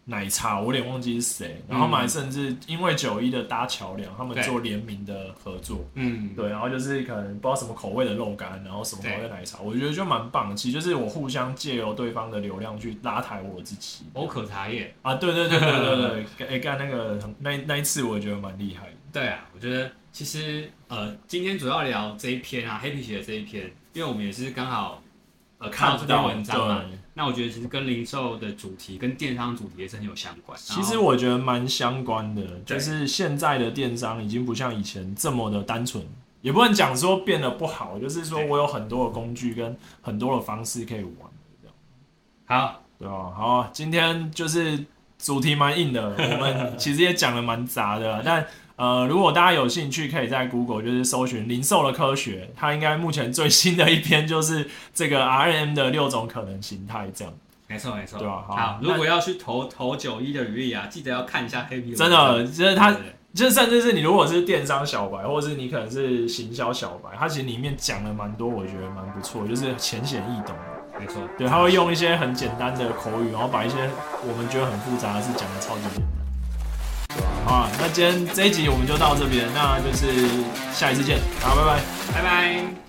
Speaker 1: 奶茶，我有点忘记是谁，然后买甚至因为九一的搭桥梁，他们
Speaker 2: 嗯对
Speaker 1: 做联名的合作，
Speaker 2: 嗯，
Speaker 1: 对，然后就是可能不知道什么口味的肉干，然后什么口味的奶茶，我觉得就蛮棒的。其实就是我互相借由对方的流量去拉抬我自己
Speaker 2: 欧可茶叶，
Speaker 1: 啊，对对对对对 对，哎干、那个很那那一次我觉得蛮厉害的，
Speaker 2: 对啊，我觉得其实呃，今天主要聊这一篇啊，黑皮鞋的这一篇，因为我们也是刚好呃看到这篇文章嘛。
Speaker 1: 对
Speaker 2: 那我觉得其实跟零售的主题、跟电商主题也是很有相关。
Speaker 1: 其实
Speaker 2: 然后
Speaker 1: 我觉得蛮相关的，就
Speaker 2: 哦对
Speaker 1: 是现在的电商已经不像以前这么的单纯，也不能讲说变得不好，就是说我有很多的工具跟很多的方式可以玩，这样
Speaker 2: 好，
Speaker 1: 对吧、好，今天就是主题蛮硬的，我们其实也讲的蛮杂 的，但呃，如果大家有兴趣，可以在 Google 就是搜寻零售的科学，它应该目前最新的一篇就是这个 RNM 的六种可能形态这样。
Speaker 2: 没错没错，
Speaker 1: 对啊好
Speaker 2: 好，
Speaker 1: 那
Speaker 2: 如果要去投投九一的履历啊，记得要看一下黑皮文章。
Speaker 1: 真的，就是它
Speaker 2: 对，对对
Speaker 1: 就是甚至是你如果是电商小白，或者是你可能是行销小白，它其实里面讲了蛮多，我觉得蛮不错，就是浅显易懂。
Speaker 2: 没错，
Speaker 1: 对，他会用一些很简单的口语，然后把一些我们觉得很复杂的事讲的超级简单。好啊，那今天这一集我们就到这边，那就是下一次见，好，拜拜。
Speaker 2: 拜拜。